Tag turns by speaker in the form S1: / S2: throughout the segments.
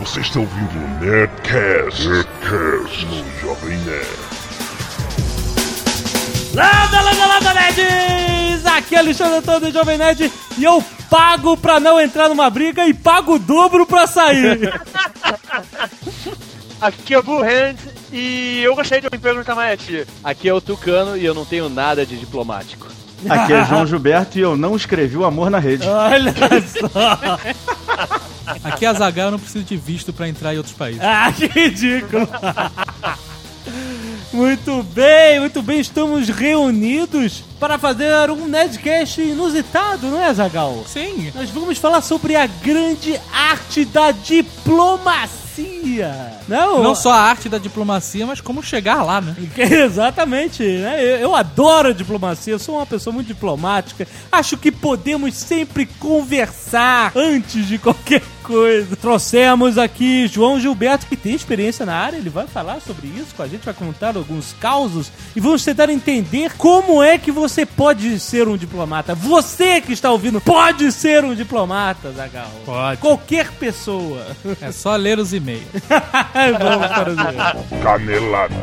S1: Você está ouvindo o Nerdcast, Nerdcast no Jovem Nerd.
S2: Landa, landa, landa, nerds! Aqui é Alexandre Antônio do Jovem Nerd e eu pago pra não entrar numa briga e pago o dobro pra sair.
S3: Aqui é o Blue Hand e eu gostaria de um emprego no Itamaraty.
S4: Aqui é o Tucano e eu não tenho nada de diplomático.
S5: Aqui é João Gilberto e eu não escrevi o amor na rede.
S2: Olha só!
S6: Aqui a Zagal eu não preciso de visto pra entrar em outros países.
S2: Ah, que ridículo! Muito bem, muito bem, estamos reunidos para fazer um Nerdcast inusitado, não é, Zagal?
S6: Sim.
S2: Nós vamos falar sobre a grande arte da diplomacia. Não,
S6: Não só a arte da diplomacia, mas como chegar lá, né?
S2: Exatamente, né? Eu, eu adoro a diplomacia, eu sou uma pessoa muito diplomática. Acho que podemos sempre conversar antes de qualquer coisa. Trouxemos aqui João Gilberto, que tem experiência na área, ele vai falar sobre isso com a gente, vai contar alguns causos e vamos tentar entender como é que você pode ser um diplomata. Você que está ouvindo pode ser um diplomata, Zagal.
S6: Pode.
S2: Qualquer pessoa.
S6: É só ler os e-mails.
S2: vamos para o Zagal.
S1: Canelada.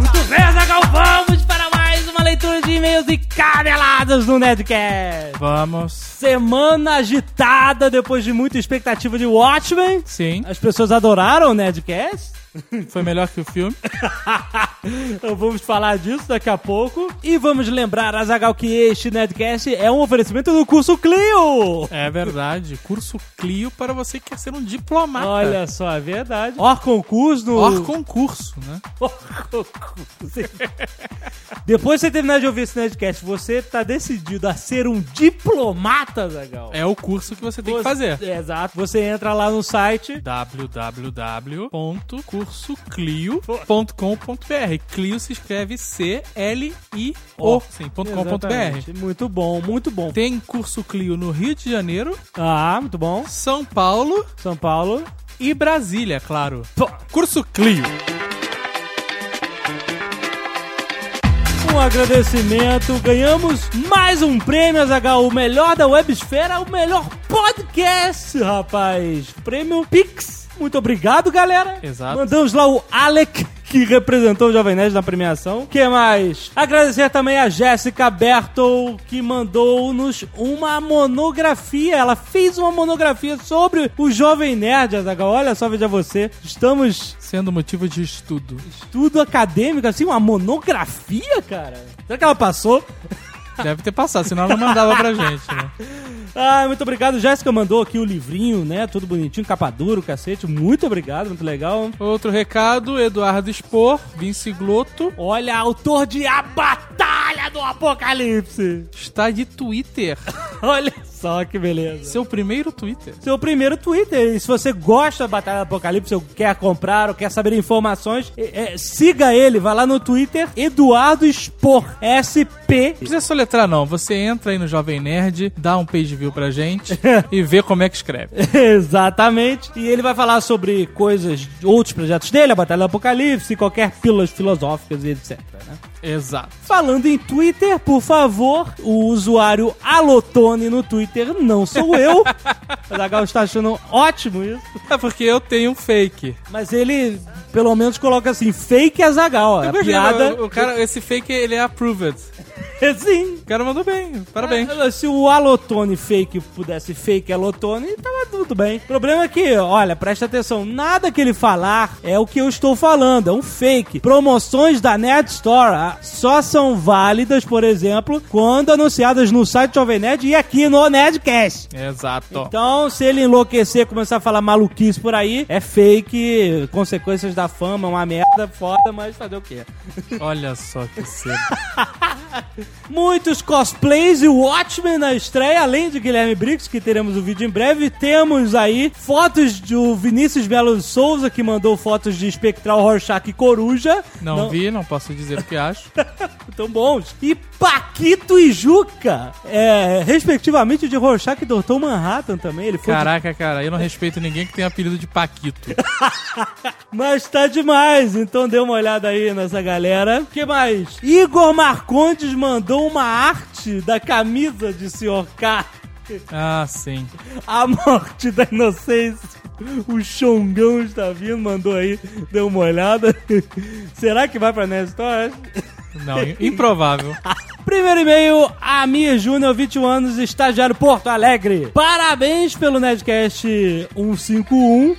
S2: Muito bem, Zagal, vamos para mais uma leitura de e-mails e caneladas no Nerdcast.
S6: Vamos.
S2: Semana agitada depois de muita expectativa de Watchmen.
S6: Sim.
S2: As pessoas adoraram o Nerdcast.
S6: Foi melhor que o filme.
S2: Então vamos falar disso daqui a pouco. E vamos lembrar, Azagal, que este Nerdcast é um oferecimento do curso Clio.
S6: É verdade. Curso Clio para você que quer ser um diplomata.
S2: Olha só, é verdade. Or concurso no.
S6: Or concurso, né?
S2: Depois de você terminar de ouvir esse Nerdcast, você tá decidido a ser um diplomata, Zagal?
S6: É o curso que você tem que fazer.
S2: Você- É, Exato. Você entra lá no site.
S6: www.cursoclio.com.br Clio se escreve C-L-I-O. Sim, ponto .com.br.
S2: Exatamente. Muito bom, muito bom.
S6: Tem curso Clio no Rio de Janeiro,
S2: Ah, muito bom.
S6: São Paulo
S2: São Paulo.
S6: e Brasília, claro. Curso Clio.
S2: Um agradecimento. Ganhamos mais um prêmio, Azagal. O melhor da Websfera, o melhor podcast, rapaz. Prêmio Pix. Muito obrigado, galera.
S6: Exato.
S2: Mandamos lá o Alec. Que representou o Jovem Nerd na premiação. que mais? Agradecer também a Jéssica Bertol, que mandou-nos uma monografia. Ela fez uma monografia sobre o Jovem Nerd, Azagal. Olha só, veja você. Estamos
S6: Sendo motivo de estudo.
S2: tudo acadêmico, assim, uma monografia, cara? Será que ela passou?
S6: Deve ter passado, senão ela não mandava pra gente, né?
S2: Ah, muito obrigado. Jéssica mandou aqui o livrinho, né? Tudo bonitinho, capa dura, o cacete. Muito obrigado, muito legal.
S6: Outro recado, Eduardo Spor, Vince Gloto,
S2: Olha, autor de A Batalha do Apocalipse.
S6: está de Twitter.
S2: Olha só que beleza.
S6: Seu primeiro Twitter.
S2: Seu primeiro Twitter. E se você gosta da Batalha do Apocalipse, ou quer comprar, ou quer saber informações, é, é, siga ele. Vai lá no Twitter, Eduardo Spor, SP.
S6: Não precisa soletrar, não. Você entra aí no Jovem Nerd, dá um page view pra gente e vê como é que escreve.
S2: Exatamente. E ele vai falar sobre coisas, outros projetos dele, a Batalha do Apocalipse, qualquer pílulas filosóficas e etc. né?
S6: Exato.
S2: Falando em Twitter, por favor, o usuário Alotone no Twitter não sou eu. O Zagal está achando ótimo isso.
S6: É porque eu tenho um fake.
S2: Mas ele, pelo menos, coloca assim, fake Azagal. A
S6: Eu prefiro,
S2: piada... é assim.
S6: O, o cara, esse fake, ele é approved.
S2: Sim.
S6: O cara mandou bem. Parabéns.
S2: Ah, Se o Alotone fake pudesse fake Alotone, tava tudo bem. O problema é que, olha, presta atenção, nada que ele falar é o que eu estou falando, é um fake. Promoções da Nerd Store ah, só são válidas, por exemplo, quando anunciadas no site Jovem Nerd e aqui no Nerdcast.
S6: Exato.
S2: Então, se ele enlouquecer, começar a falar maluquice por aí, é fake, consequências da fama, é uma merda foda, mas fazer o quê?
S6: Olha só que cedo.
S2: Muitos cosplays e Watchmen na estreia, além de Guilherme Briggs, que teremos o vídeo em breve. Temos aí fotos do Vinícius Belo Souza, que mandou fotos de Espectral, Rorschach e Coruja.
S6: Não, vi, não posso dizer o que acho.
S2: Tão bons. E Paquito e Juca, é, respectivamente de Rorschach e Doutor Manhattan também. Ele foi de
S6: Caraca, cara, eu não respeito ninguém que tem apelido de Paquito.
S2: Mas tá demais, então dê uma olhada aí nessa galera. que mais? Igor Marcondes mandou uma arte da camisa de Sr. K.
S6: Ah, sim.
S2: A morte da inocência. O Xongão está vindo, mandou aí, deu uma olhada. Será que vai pra Nerd Store?
S6: Não, im- improvável.
S2: Primeiro e-mail, Amir Júnior, 21 anos, estagiário Porto Alegre. Parabéns pelo Nerdcast 151.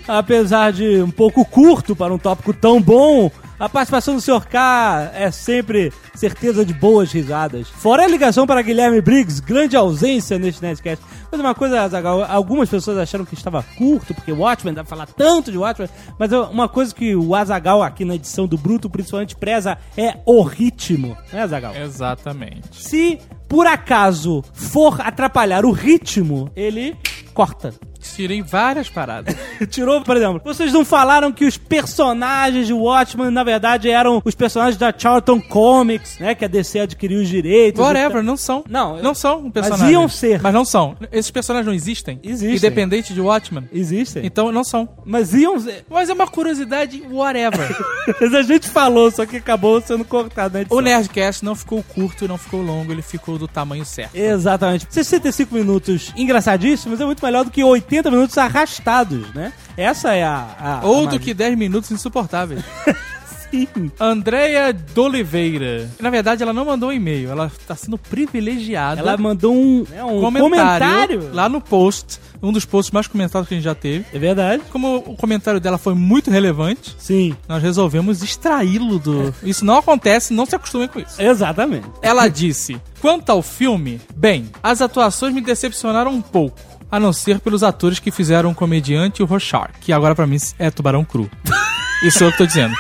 S2: Apesar de um pouco curto para um tópico tão bom, a participação do Sr. K é sempre certeza de boas risadas. Fora a ligação para Guilherme Briggs, grande ausência neste Nerdcast. Mas uma coisa, Zagal, algumas pessoas acharam que estava curto, porque Watchmen, dá pra falar tanto de Watchmen, mas eu- uma coisa que o Azagal aqui na edição do Bruto principalmente preza é o ritmo, né, Zagal?
S6: Exatamente.
S2: Se por acaso for atrapalhar o ritmo, ele corta.
S6: Tirei várias paradas.
S2: Tirou, por exemplo, vocês não falaram que os personagens de Watchmen, na verdade, eram os personagens da Charlton Comics, né? Que a DC adquiriu os direitos.
S6: Whatever, não são.
S2: Não, eu-
S6: não são personagens.
S2: iam ser.
S6: Mas não são. Esses personagens não existem.
S2: Existem.
S6: Independente de Watchmen.
S2: Existem.
S6: Então não são.
S2: Mas iam. ser-
S6: Mas é uma curiosidade, whatever.
S2: Mas a gente falou, só que acabou sendo cortado na edição.
S6: o Nerdcast não ficou curto, não ficou longo, ele ficou do tamanho certo.
S2: Exatamente. 65 minutos engraçadíssimos é muito melhor do que 80 minutos arrastados, né? Essa é a. a
S6: Ou
S2: a
S6: do
S2: magia.
S6: que 10 minutos insuportáveis.
S2: Sim.
S6: Andréia D'Oliveira. Na verdade, ela não mandou um e-mail, ela tá sendo privilegiada.
S2: Ela mandou um, né, um comentário.
S6: lá no post, um dos posts mais comentados que a gente já teve.
S2: É verdade.
S6: Como o comentário dela foi muito relevante,
S2: Sim.
S6: nós resolvemos extraí-lo do. Isso não acontece, não se acostumem com isso.
S2: Exatamente.
S6: Ela disse: Quanto ao filme, bem, as atuações me decepcionaram um pouco. A não ser pelos atores que fizeram o comediante e o Rochard, que agora pra mim é Tubarão Cru. Isso é o que eu tô dizendo.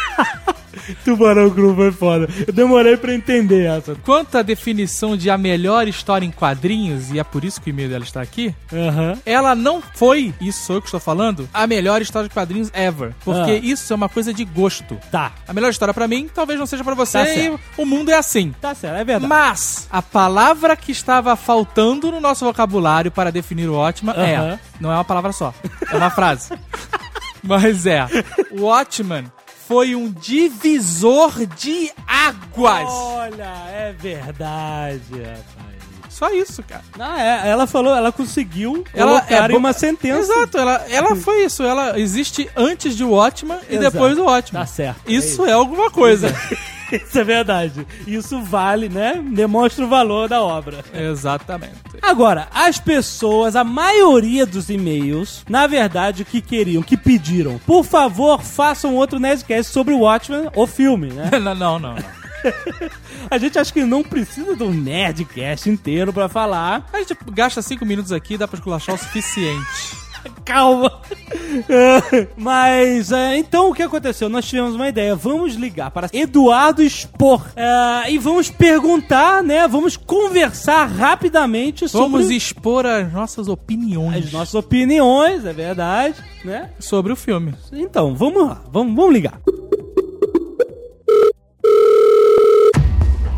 S2: Tubarão Cru foi foda. Eu demorei pra entender essa.
S6: Quanto à definição de a melhor história em quadrinhos, e é por isso que o e-mail dela está aqui,
S2: Aham.
S6: ela não foi, isso sou eu que estou falando, a melhor história de quadrinhos ever. Porque
S2: Ah.
S6: isso é uma coisa de gosto.
S2: Tá.
S6: A melhor história pra mim talvez não seja pra você,
S2: Tá
S6: e
S2: certo.
S6: o mundo é assim.
S2: Tá certo, é verdade.
S6: Mas a palavra que estava faltando no nosso vocabulário para definir o ótima é.
S2: Aham.
S6: Não é uma palavra só, é uma frase. Mas é. O Watchman foi um divisor de águas.
S2: Olha, é verdade, rapaz.
S6: Só isso, cara.
S2: Não, é, ela falou, ela conseguiu
S6: Ela
S2: colocar
S6: é
S2: em
S6: bo-
S2: uma sentença.
S6: Exato, ela, ela foi isso. Ela existe antes de Watchman e
S2: Exato.
S6: depois do Watchman.
S2: Tá certo.
S6: Isso é alguma coisa.
S2: É isso. Isso é verdade. Isso vale, né? Demonstra o valor da obra.
S6: Exatamente.
S2: Agora, as pessoas, a maioria dos e-mails, na verdade, o que queriam, que pediram, por favor, façam outro Nerdcast sobre o Watchmen, o filme, né?
S6: Não, não, não. não.
S2: A gente acha que não precisa de um Nerdcast inteiro pra falar.
S6: A gente gasta cinco minutos aqui, dá pra esculachar o suficiente.
S2: Calma! Mas, é, então, o que aconteceu? Nós tivemos uma ideia. Vamos ligar para Eduardo Spor. É, e vamos perguntar, né? Vamos conversar rapidamente sobre...
S6: Vamos expor as nossas opiniões
S2: As nossas opiniões, é verdade, né?
S6: sobre o filme.
S2: Então, vamos lá. Vamos, vamos ligar.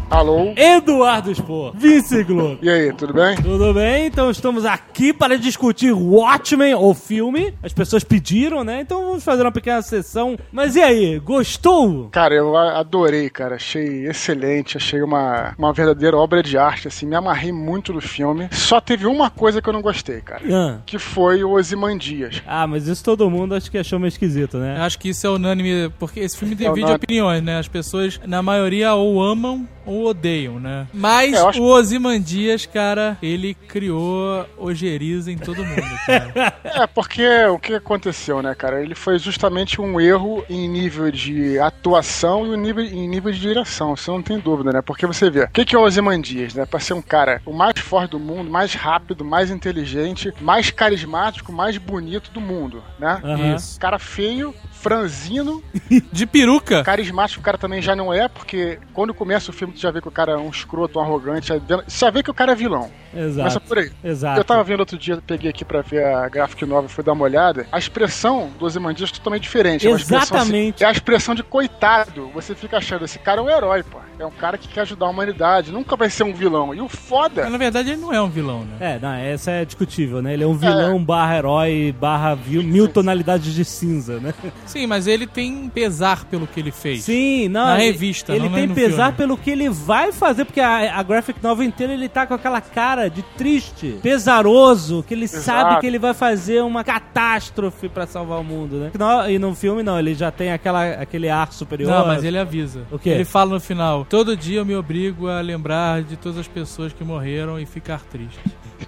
S7: Alô?
S2: Eduardo Spor. Vince Globo.
S7: E aí, tudo bem?
S2: Tudo bem? Então estamos aqui para discutir Watchmen, o filme. As pessoas pediram, né? Então vamos fazer uma pequena sessão. Mas e aí, gostou?
S7: Cara, eu a- adorei, cara. Achei excelente, achei uma, uma verdadeira obra de arte, assim. Me amarrei muito no filme. Só teve uma coisa que eu não gostei, cara.
S2: Ah.
S7: Que foi o Ozymandias.
S2: Ah, mas isso todo mundo acho que achou meio esquisito,
S6: Eu
S2: né?
S6: acho que isso é unânime, porque esse filme divide
S7: unânime.
S6: opiniões, né? As pessoas, na maioria, ou amam ou odeiam, né? Mas
S7: É, eu acho-
S6: o Ozymandias, cara, ele criou ojeriza em todo mundo, cara.
S7: É, porque o que aconteceu, né, cara? Ele foi justamente um erro em nível de atuação e um nível, em nível de direção, isso não tem dúvida, né? Porque você vê, o que, que é o Ozymandias, né? Pra ser um cara o mais forte do mundo, mais rápido, mais inteligente, mais carismático, mais bonito do mundo, né?
S2: Aham.
S6: Isso.
S7: Cara feio, franzino,
S6: De peruca.
S7: carismático o cara também já não é, porque quando começa o filme tu já vê que o cara é um escroto, um arrogante, já vê- já vê que o cara é vilão. Começa
S2: Exato.
S7: por aí.
S2: Exato.
S7: Eu tava vendo outro dia, peguei aqui pra ver a Graphic Nova, fui dar uma olhada. A expressão do Ozymandias é totalmente diferente. É uma expressão,
S2: Exatamente.
S7: assim, é a expressão de coitado. Você fica achando, esse cara é um herói, pô. É um cara que quer ajudar a humanidade. Nunca vai ser um vilão. E o
S6: Mas,
S7: foda...
S6: na verdade, ele não é um vilão, né?
S2: É, não, essa é discutível, né? Ele é um vilão barra herói barra vil- mil tonalidades de cinza, né?
S6: Sim, Sim, mas ele tem um pesar pelo que ele fez.
S2: Sim, não.
S6: Na
S2: ele-
S6: revista,
S2: Ele
S6: não é
S2: tem
S6: no
S2: pesar
S6: filme.
S2: pelo que ele vai fazer, porque a, a graphic novel inteira ele tá com aquela cara de triste, pesaroso, que ele sabe que ele vai fazer uma catástrofe pra salvar o mundo, né? No- e no filme não, ele já tem aquela, aquele ar superior.
S6: Não, mas ele avisa.
S2: O quê?
S6: Ele fala no final: Todo dia eu me obrigo a lembrar de todas as pessoas que morreram e ficar triste.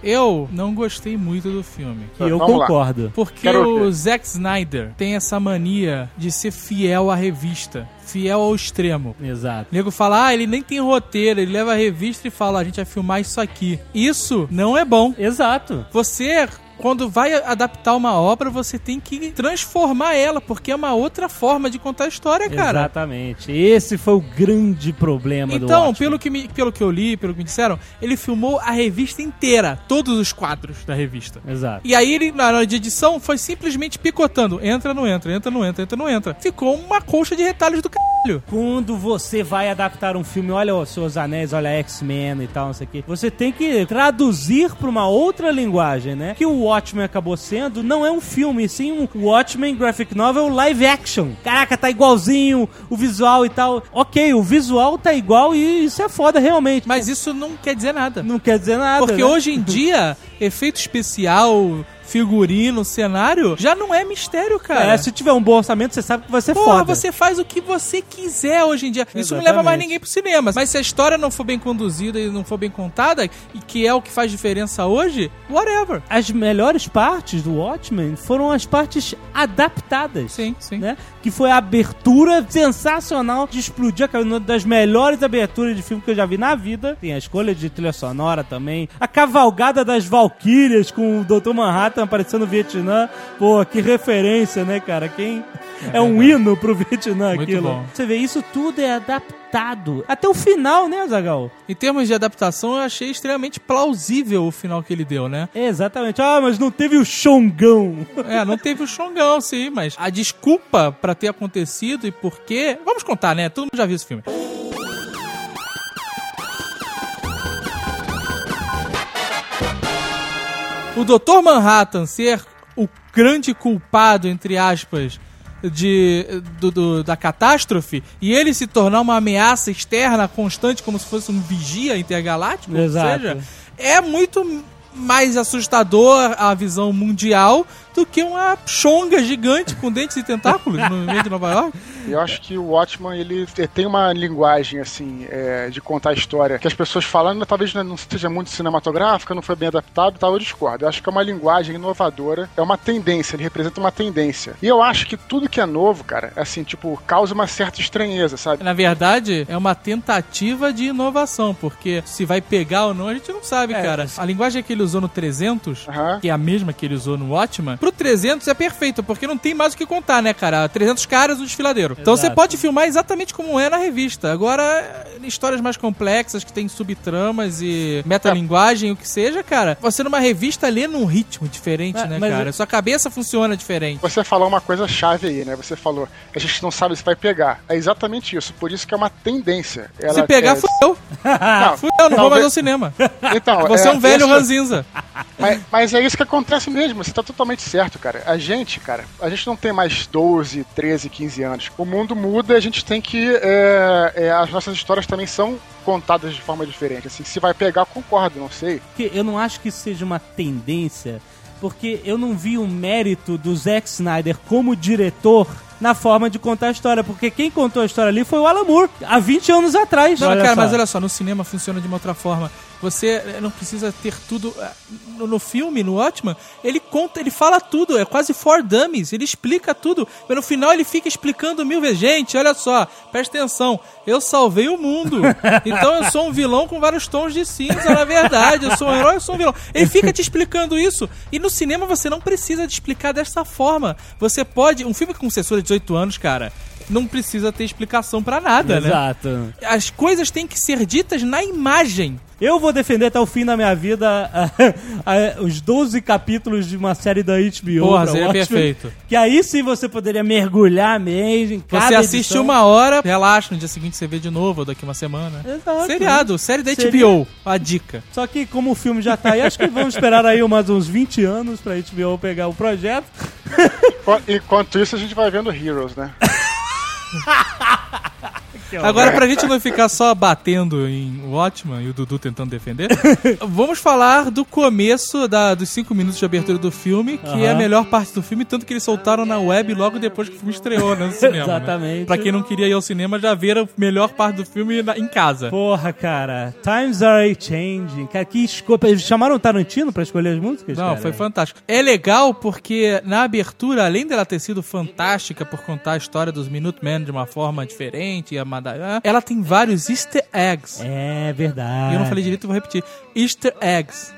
S6: Eu não gostei muito do filme.
S2: E eu
S7: Vamos lá.
S2: concordo.
S6: Porque
S7: Quero
S6: o
S7: ver.
S6: Zack Snyder tem essa mania de ser fiel à revista, fiel ao extremo.
S2: Exato.
S6: O nego fala, ah, ele nem tem roteiro, ele leva a revista e fala, a gente vai filmar isso aqui. Isso não é bom.
S2: Exato.
S6: Você, quando vai adaptar uma obra, você tem que transformar ela, porque é uma outra forma de contar a história, cara.
S2: Exatamente. Esse foi o grande problema do né?
S6: Então,
S2: Watchmen.
S6: pelo que, me, pelo que eu li, pelo que me disseram, ele filmou a revista inteira, todos os quadros da revista.
S2: Exato.
S6: E aí ele, na hora de edição, foi simplesmente picotando. Entra, não entra, entra, não entra, entra, não entra. Ficou uma colcha de retalhos do caralho.
S2: Quando você vai adaptar um filme, olha os seus anéis, olha X-Men e tal, não sei o quê, você tem que traduzir pra uma outra linguagem, né? Que o Watchmen acabou sendo, não é um filme, e sim um Watchmen graphic novel live action. Caraca, tá igualzinho o visual e tal. Ok, o visual tá igual e isso é foda realmente.
S6: Mas isso não quer dizer nada.
S2: não quer dizer É. nada.
S6: Porque
S2: né?
S6: hoje em dia, efeito especial, figurino, cenário, já não é mistério, cara.
S2: É, se tiver um bom orçamento, você sabe que vai ser foda.
S6: Porra,
S2: né?
S6: você faz o que você quiser hoje em dia. Isso não
S2: Exatamente.
S6: leva mais ninguém pro cinema. Mas se a história não for bem conduzida e não for bem contada, e que é o que faz diferença hoje, whatever.
S2: As melhores partes do Watchmen foram as partes adaptadas.
S6: Sim, sim.
S2: né? Que foi a abertura sensacional de explodir a cabeça. Uma das melhores aberturas de filme que eu já vi na vida. Tem a escolha de trilha sonora também. A cavalgada das Valquírias com o Dr. Manhattan aparecendo no Vietnã. Pô, que referência, né, cara? Quem. É, um hino pro Vietnã
S6: Muito
S2: aquilo.
S6: bom.
S2: Você vê, isso tudo é adaptado. Até o final, né, Zagal?
S6: Em termos de adaptação, eu achei extremamente plausível o final que ele deu, né?
S2: Exatamente. Ah, mas não teve o Xongão.
S6: É, não teve o Xongão, sim, mas a desculpa pra ter acontecido e por quê. Vamos contar, né? Todo mundo já viu esse filme. O Dr. Manhattan ser o grande culpado, entre aspas, de, do- do- da catástrofe e ele se tornar uma ameaça externa constante, como se fosse um vigia intergaláctico, ou
S2: Exato.
S6: seja, é muito mais assustador a visão mundial do que uma chonga gigante com dentes e tentáculos no meio de Nova York.
S7: Eu acho que o Watchman, ele tem uma linguagem, assim, é, de contar a história que as pessoas falando, talvez não seja muito cinematográfica, não foi bem adaptado e tal, eu discordo. Eu acho que é uma linguagem inovadora, é uma tendência, ele representa uma tendência. E eu acho que tudo que é novo, cara, assim, tipo, causa uma certa estranheza, sabe?
S6: Na verdade, é uma tentativa de inovação, porque se vai pegar ou não, a gente não sabe, cara. A linguagem que ele usou no 300,
S7: Aham.
S6: que é a mesma que ele usou no Watchman, pro 300 é perfeito, porque não tem mais o que contar, né, cara? 300 caras, um desfiladeiro. Então você
S2: Exato.
S6: pode filmar exatamente como é na revista. Agora, histórias mais complexas, que tem subtramas e metalinguagem, o que seja, cara, você numa revista lê num ritmo diferente,
S2: Mas-
S6: né,
S2: Ah, mas
S6: cara?
S2: eu-
S6: Sua cabeça funciona diferente.
S7: Você falou uma coisa chave aí, né? Você falou, a gente não sabe se vai pegar. É exatamente isso, por isso que é uma tendência. Ela
S6: Se pegar,
S7: é-
S6: fudeu.
S7: Não,
S6: Fudeu, não vou mais
S7: talvez-
S6: ao cinema.
S7: Então,
S6: Você é um velho
S7: isso-
S6: ranzinza.
S7: Mas, mas é isso que acontece mesmo, você tá totalmente certo, cara. A gente, cara, a gente não tem mais 12, 13, 15 anos. O mundo muda, a gente tem que. é, é, as nossas histórias também são contadas de forma diferente. Assim, se vai pegar, eu concordo, não sei.
S2: Porque eu não acho que isso seja uma tendência, porque eu não vi o mérito do Zack Snyder como diretor na forma de contar a história, porque quem contou a história ali foi o Alan Moore, há 20 anos atrás.
S6: Não,
S2: Olha
S6: cara,
S2: só.
S6: mas olha só, no cinema funciona de uma outra forma. Você eh, não precisa ter tudo. eh, No, no filme, no Watchman, ele conta, ele fala tudo, é quase for dummies, ele explica tudo. Mas no final ele fica explicando mil vezes. Gente, olha só, presta atenção, eu salvei o mundo. Então eu sou um vilão com vários tons de cinza, na verdade. Eu sou um herói, eu sou um vilão. Ele fica te explicando isso. E no cinema você não precisa te explicar dessa forma. Você pode. Um filme com censura de 18 anos, cara, não precisa ter explicação pra nada, né?
S2: Exato.
S6: as coisas têm que ser ditas na imagem.
S2: Eu vou defender até o fim da minha vida ah, ah, os 12 capítulos de uma série da HBO.
S6: Porra,
S2: da
S6: seria
S2: Watchmen,
S6: perfeito.
S2: Que aí sim você poderia mergulhar mesmo em cada
S6: Você assiste
S2: edição.
S6: uma hora, relaxa, no dia seguinte você vê de novo, ou daqui uma semana.
S2: Exato.
S6: Seriado, série da
S2: Seria-
S6: HBO, a dica.
S2: Só que como o filme já tá aí, acho que vamos esperar aí mais uns 20 anos pra HBO pegar o projeto.
S7: Enqu- Enquanto isso, a gente vai vendo Heroes, né?
S6: Agora, pra gente não ficar só batendo em Watchman e o Dudu tentando defender, vamos falar do começo da- dos cinco minutos de abertura do filme, que é a
S2: Aham.
S6: melhor parte do filme, tanto que eles soltaram na web logo depois que o filme estreou né, no cinema. né?
S2: Exatamente.
S6: Pra quem não queria ir ao cinema, já ver a melhor parte do filme na- em casa.
S2: Porra, cara. Times are changing. Cara, que escolha. Eles chamaram o Tarantino pra escolher as músicas?
S6: Não,
S2: cara?
S6: foi fantástico. É legal porque na abertura, além dela ter sido fantástica por contar a história dos Minutemen de uma forma diferente, e a Madara, ela tem vários easter eggs.
S2: É
S6: E
S2: verdade.
S6: eu não falei direito, eu vou repetir. Easter eggs.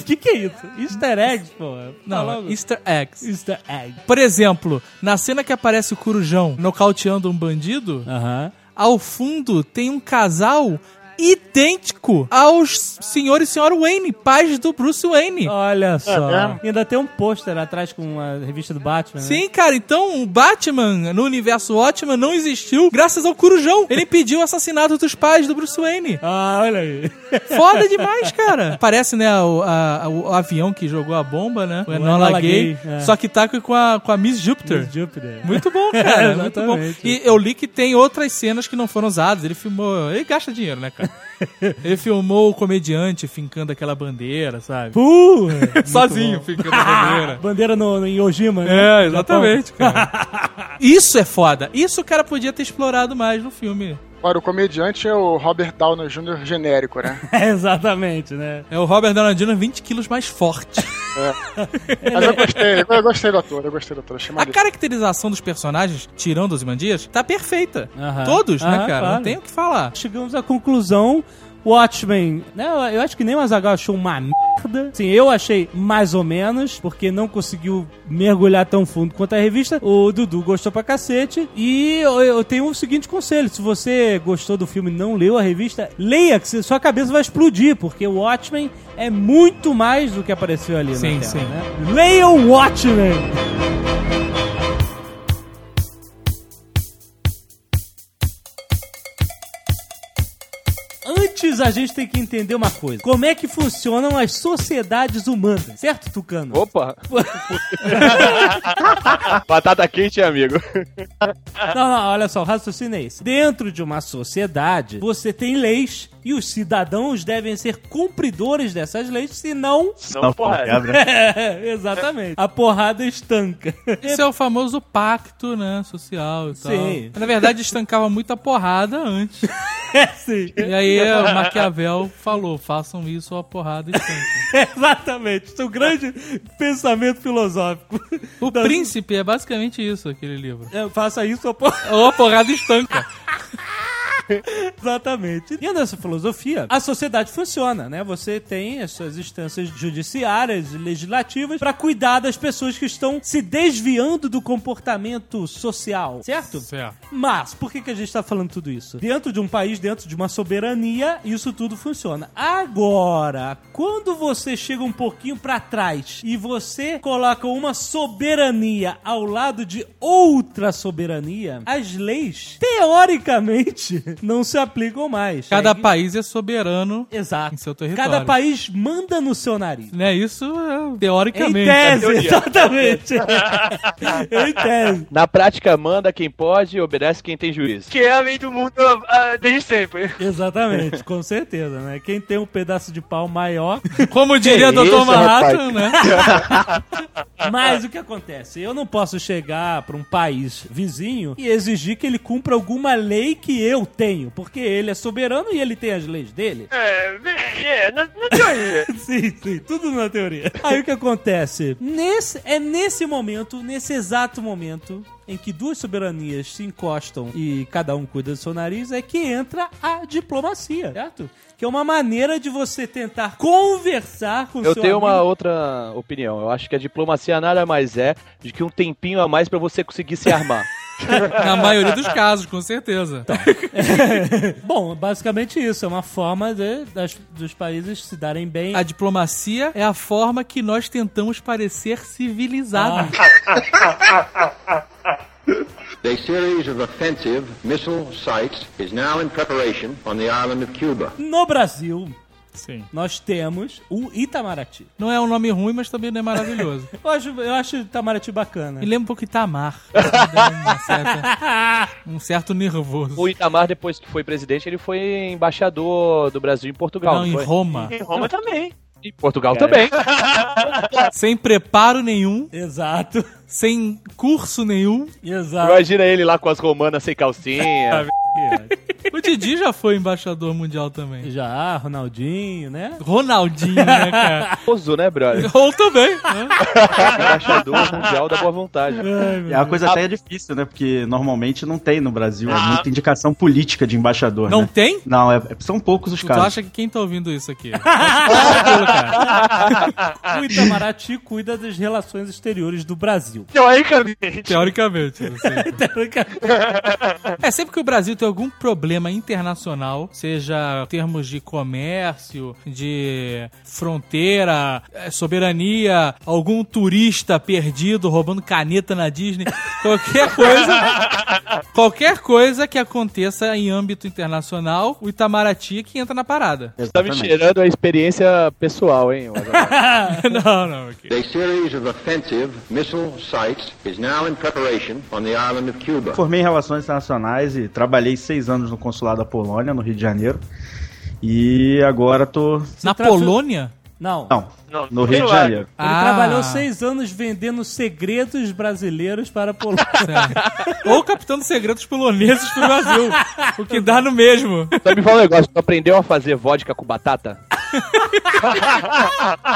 S2: O que, que é isso? Easter eggs, pô. Fala
S6: Não,
S2: logo.
S6: easter eggs.
S2: Easter egg.
S6: Por exemplo, na cena que aparece o Corujão nocauteando um bandido,
S2: Aham.
S6: ao fundo tem um casal idêntico aos senhor e senhora Wayne, pais do Bruce Wayne.
S2: Olha só.
S7: mesmo?
S2: Ainda tem um pôster atrás com a revista do Batman. né?
S6: É. Sim, cara, então o Batman no universo Watchman não existiu graças ao Corujão. Ele impediu o assassinato dos pais do Bruce Wayne.
S2: Ah, olha aí.
S6: Foda demais, cara. Parece, né, o, a- o- o avião que jogou a bomba, né? O Enola,
S2: Enola
S6: Gay.
S2: Gay, é.
S6: Só que tá com a, com a Miss É, Júpiter.
S2: Júpiter.
S6: Muito bom, cara. muito bom.
S2: Exatamente.
S6: E eu li que tem outras cenas que não foram usadas. Ele filmou. Ele gasta dinheiro, né, cara? ele filmou o comediante fincando aquela bandeira, sabe?
S2: Porra.
S6: Sozinho fincando a bandeira.
S2: Bandeira no, no- em Ojima, né?
S6: É, exatamente, cara. Isso é foda. Isso o cara podia ter explorado mais no filme.
S7: Agora, o comediante é o Robert Downey Jr. genérico, né?
S2: É, exatamente, né?
S6: É o Robert Downey Jr. 20 quilos mais forte.
S7: Mas eu gostei, eu gostei do ator, eu gostei do ator, achei
S6: A
S7: maneiro.
S6: caracterização dos personagens, tirando os Imandias, tá perfeita.
S2: Aham.
S6: Todos, né,
S2: Aham,
S6: cara?
S2: claro.
S6: Não tem o que falar.
S2: Chegamos à conclusão. Watchmen, né? eu- Eu acho que nem o Azaghal achou uma merda. Sim, eu achei mais ou menos, porque não conseguiu mergulhar tão fundo quanto a revista. O Dudu gostou pra cacete. E eu, eu tenho o seguinte conselho: se você gostou do filme e não leu a revista, leia, que se- sua cabeça vai explodir, porque o Watchmen é muito mais do que apareceu ali
S6: Sim,
S2: na tela,
S6: sim.
S2: né? Leia o Watchmen! Antes a gente tem que entender uma coisa. Como é que funcionam as sociedades humanas, certo, Tucano?
S4: Opa! Batata quente, amigo.
S2: Não, não, Então, olha só, o raciocínio é esse. Dentro de uma sociedade, você tem leis e os cidadãos devem ser cumpridores dessas leis, senão. É,
S3: Não, porra.
S5: quebra.
S2: Exatamente. A porrada estanca.
S6: Esse é o famoso pacto, né, social e tal.
S2: Sim.
S6: Na verdade, estancava muita porrada antes.
S2: É sim.
S6: E aí o Maquiavel falou, façam isso a porrada e estancam.
S2: Exatamente. Isso é um grande pensamento filosófico.
S6: O
S2: Das-
S6: Príncipe é basicamente isso, aquele livro.
S2: É, faça isso, a porra.
S6: Ou a porrada estanca.
S2: Exatamente. E nessa filosofia, a sociedade funciona, né? Você tem as suas instâncias judiciárias e legislativas pra cuidar das pessoas que estão se desviando do comportamento social, certo?
S6: Certo.
S2: Mas, por que, que a gente tá falando tudo isso? Dentro de um país, dentro de uma soberania, isso tudo funciona. Agora, quando você chega um pouquinho pra trás e você coloca uma soberania ao lado de outra soberania, as leis, teoricamente, não se aplicam mais.
S6: Cada
S2: país.
S6: país é soberano.
S2: Exato.
S6: em seu território.
S2: Cada país manda no seu nariz.
S6: Né, isso é,
S2: Em
S6: teoricamente.
S2: tese,
S4: teoria.
S2: exatamente. em tese.
S4: Na prática, manda quem pode e obedece quem tem juízo.
S3: Que é a lei do mundo ah, desde sempre.
S2: Exatamente, com certeza, né? Quem tem um pedaço de pau maior
S6: É, Como diria o
S4: Que
S6: Dr.
S4: isso,
S6: Manhattan, né?
S2: Mas o que acontece? Eu não posso chegar pra um país vizinho e exigir que ele cumpra alguma lei que eu tenho, porque ele é soberano e ele tem as leis dele.
S3: É, é na, na teoria.
S2: Sim, sim, tudo na teoria. Aí o que acontece? Nesse, é nesse momento, nesse exato momento, em que duas soberanias se encostam e cada um cuida do seu nariz, é que entra a diplomacia, certo? Que é uma maneira de você tentar conversar com o
S4: Eu
S2: seu
S4: tenho uma
S2: amigo.
S4: outra opinião. Eu acho que a diplomacia nada mais é de que um tempinho a mais pra você conseguir se armar.
S6: Na maioria dos casos, com certeza.
S2: Bom, basicamente isso. É uma forma de- das- dos países se darem bem.
S6: A diplomacia é a forma que nós tentamos parecer civilizados.
S8: A series of offensive missile sites is now in preparation on the island of Cuba.
S2: No Brasil,
S6: Sim.
S2: nós temos o Itamaraty.
S6: Não é um nome ruim, mas também não é maravilhoso.
S2: Eu acho, eu acho Itamaraty bacana.
S6: Me lembra um pouco Itamar. Uma certa- um certo nervoso.
S4: O Itamar, depois que foi presidente, ele foi embaixador do Brasil em Portugal.
S6: Não, em
S4: foi?
S6: Roma.
S3: Em Roma também.
S4: Em Portugal também.
S6: Sem preparo nenhum,
S2: Exato,
S6: sem curso nenhum.
S2: exato.
S4: Imagina ele lá com as romanas sem calcinha.
S6: O Didi já foi embaixador mundial também.
S2: Já, Ronaldinho, né?
S6: Ronaldinho, né, cara?
S4: Pozo, né, brother?
S6: Ou também. né?
S4: Embaixador mundial da boa vontade.
S5: É uma coisa até difícil, né? Porque normalmente não tem no Brasil é
S4: Ah.
S5: muita indicação política de embaixador,
S6: Não
S5: né?
S6: tem?
S5: Não, é- é- são poucos os
S6: Tu
S5: casos.
S6: acha que quem tá ouvindo isso aqui? Pode ficar tranquilo, cara.
S2: O Itamaraty cuida das relações exteriores do Brasil.
S3: Teoricamente.
S6: Teoricamente. assim. É sempre que o Brasil tem algum problema internacional, seja em termos de comércio, de fronteira, eh, soberania, algum turista perdido roubando caneta na Disney, qualquer coisa, qualquer coisa que aconteça em âmbito internacional, o Itamaraty é que entra na parada.
S4: Tá me
S5: Exatamente.
S4: cheirando a experiência pessoal, hein?
S6: não, não. ok.
S8: A series of offensive missile sites is now in preparation on the island of Cuba.
S5: Formei em Relações Internacionais e trabalhei seis anos no consulado da Polônia, no Rio de Janeiro. E agora tô.
S6: Na
S2: trata-
S6: Polônia?
S2: Não.
S5: Não,
S3: Não,
S5: no Rio de
S3: lá.
S5: Janeiro.
S2: Ele trabalhou seis anos vendendo segredos brasileiros para a Polônia.
S6: É. Ou captando segredos poloneses pro Brasil. o que dá no mesmo.
S4: Só me fala um negócio, tu aprendeu a fazer vodka com batata?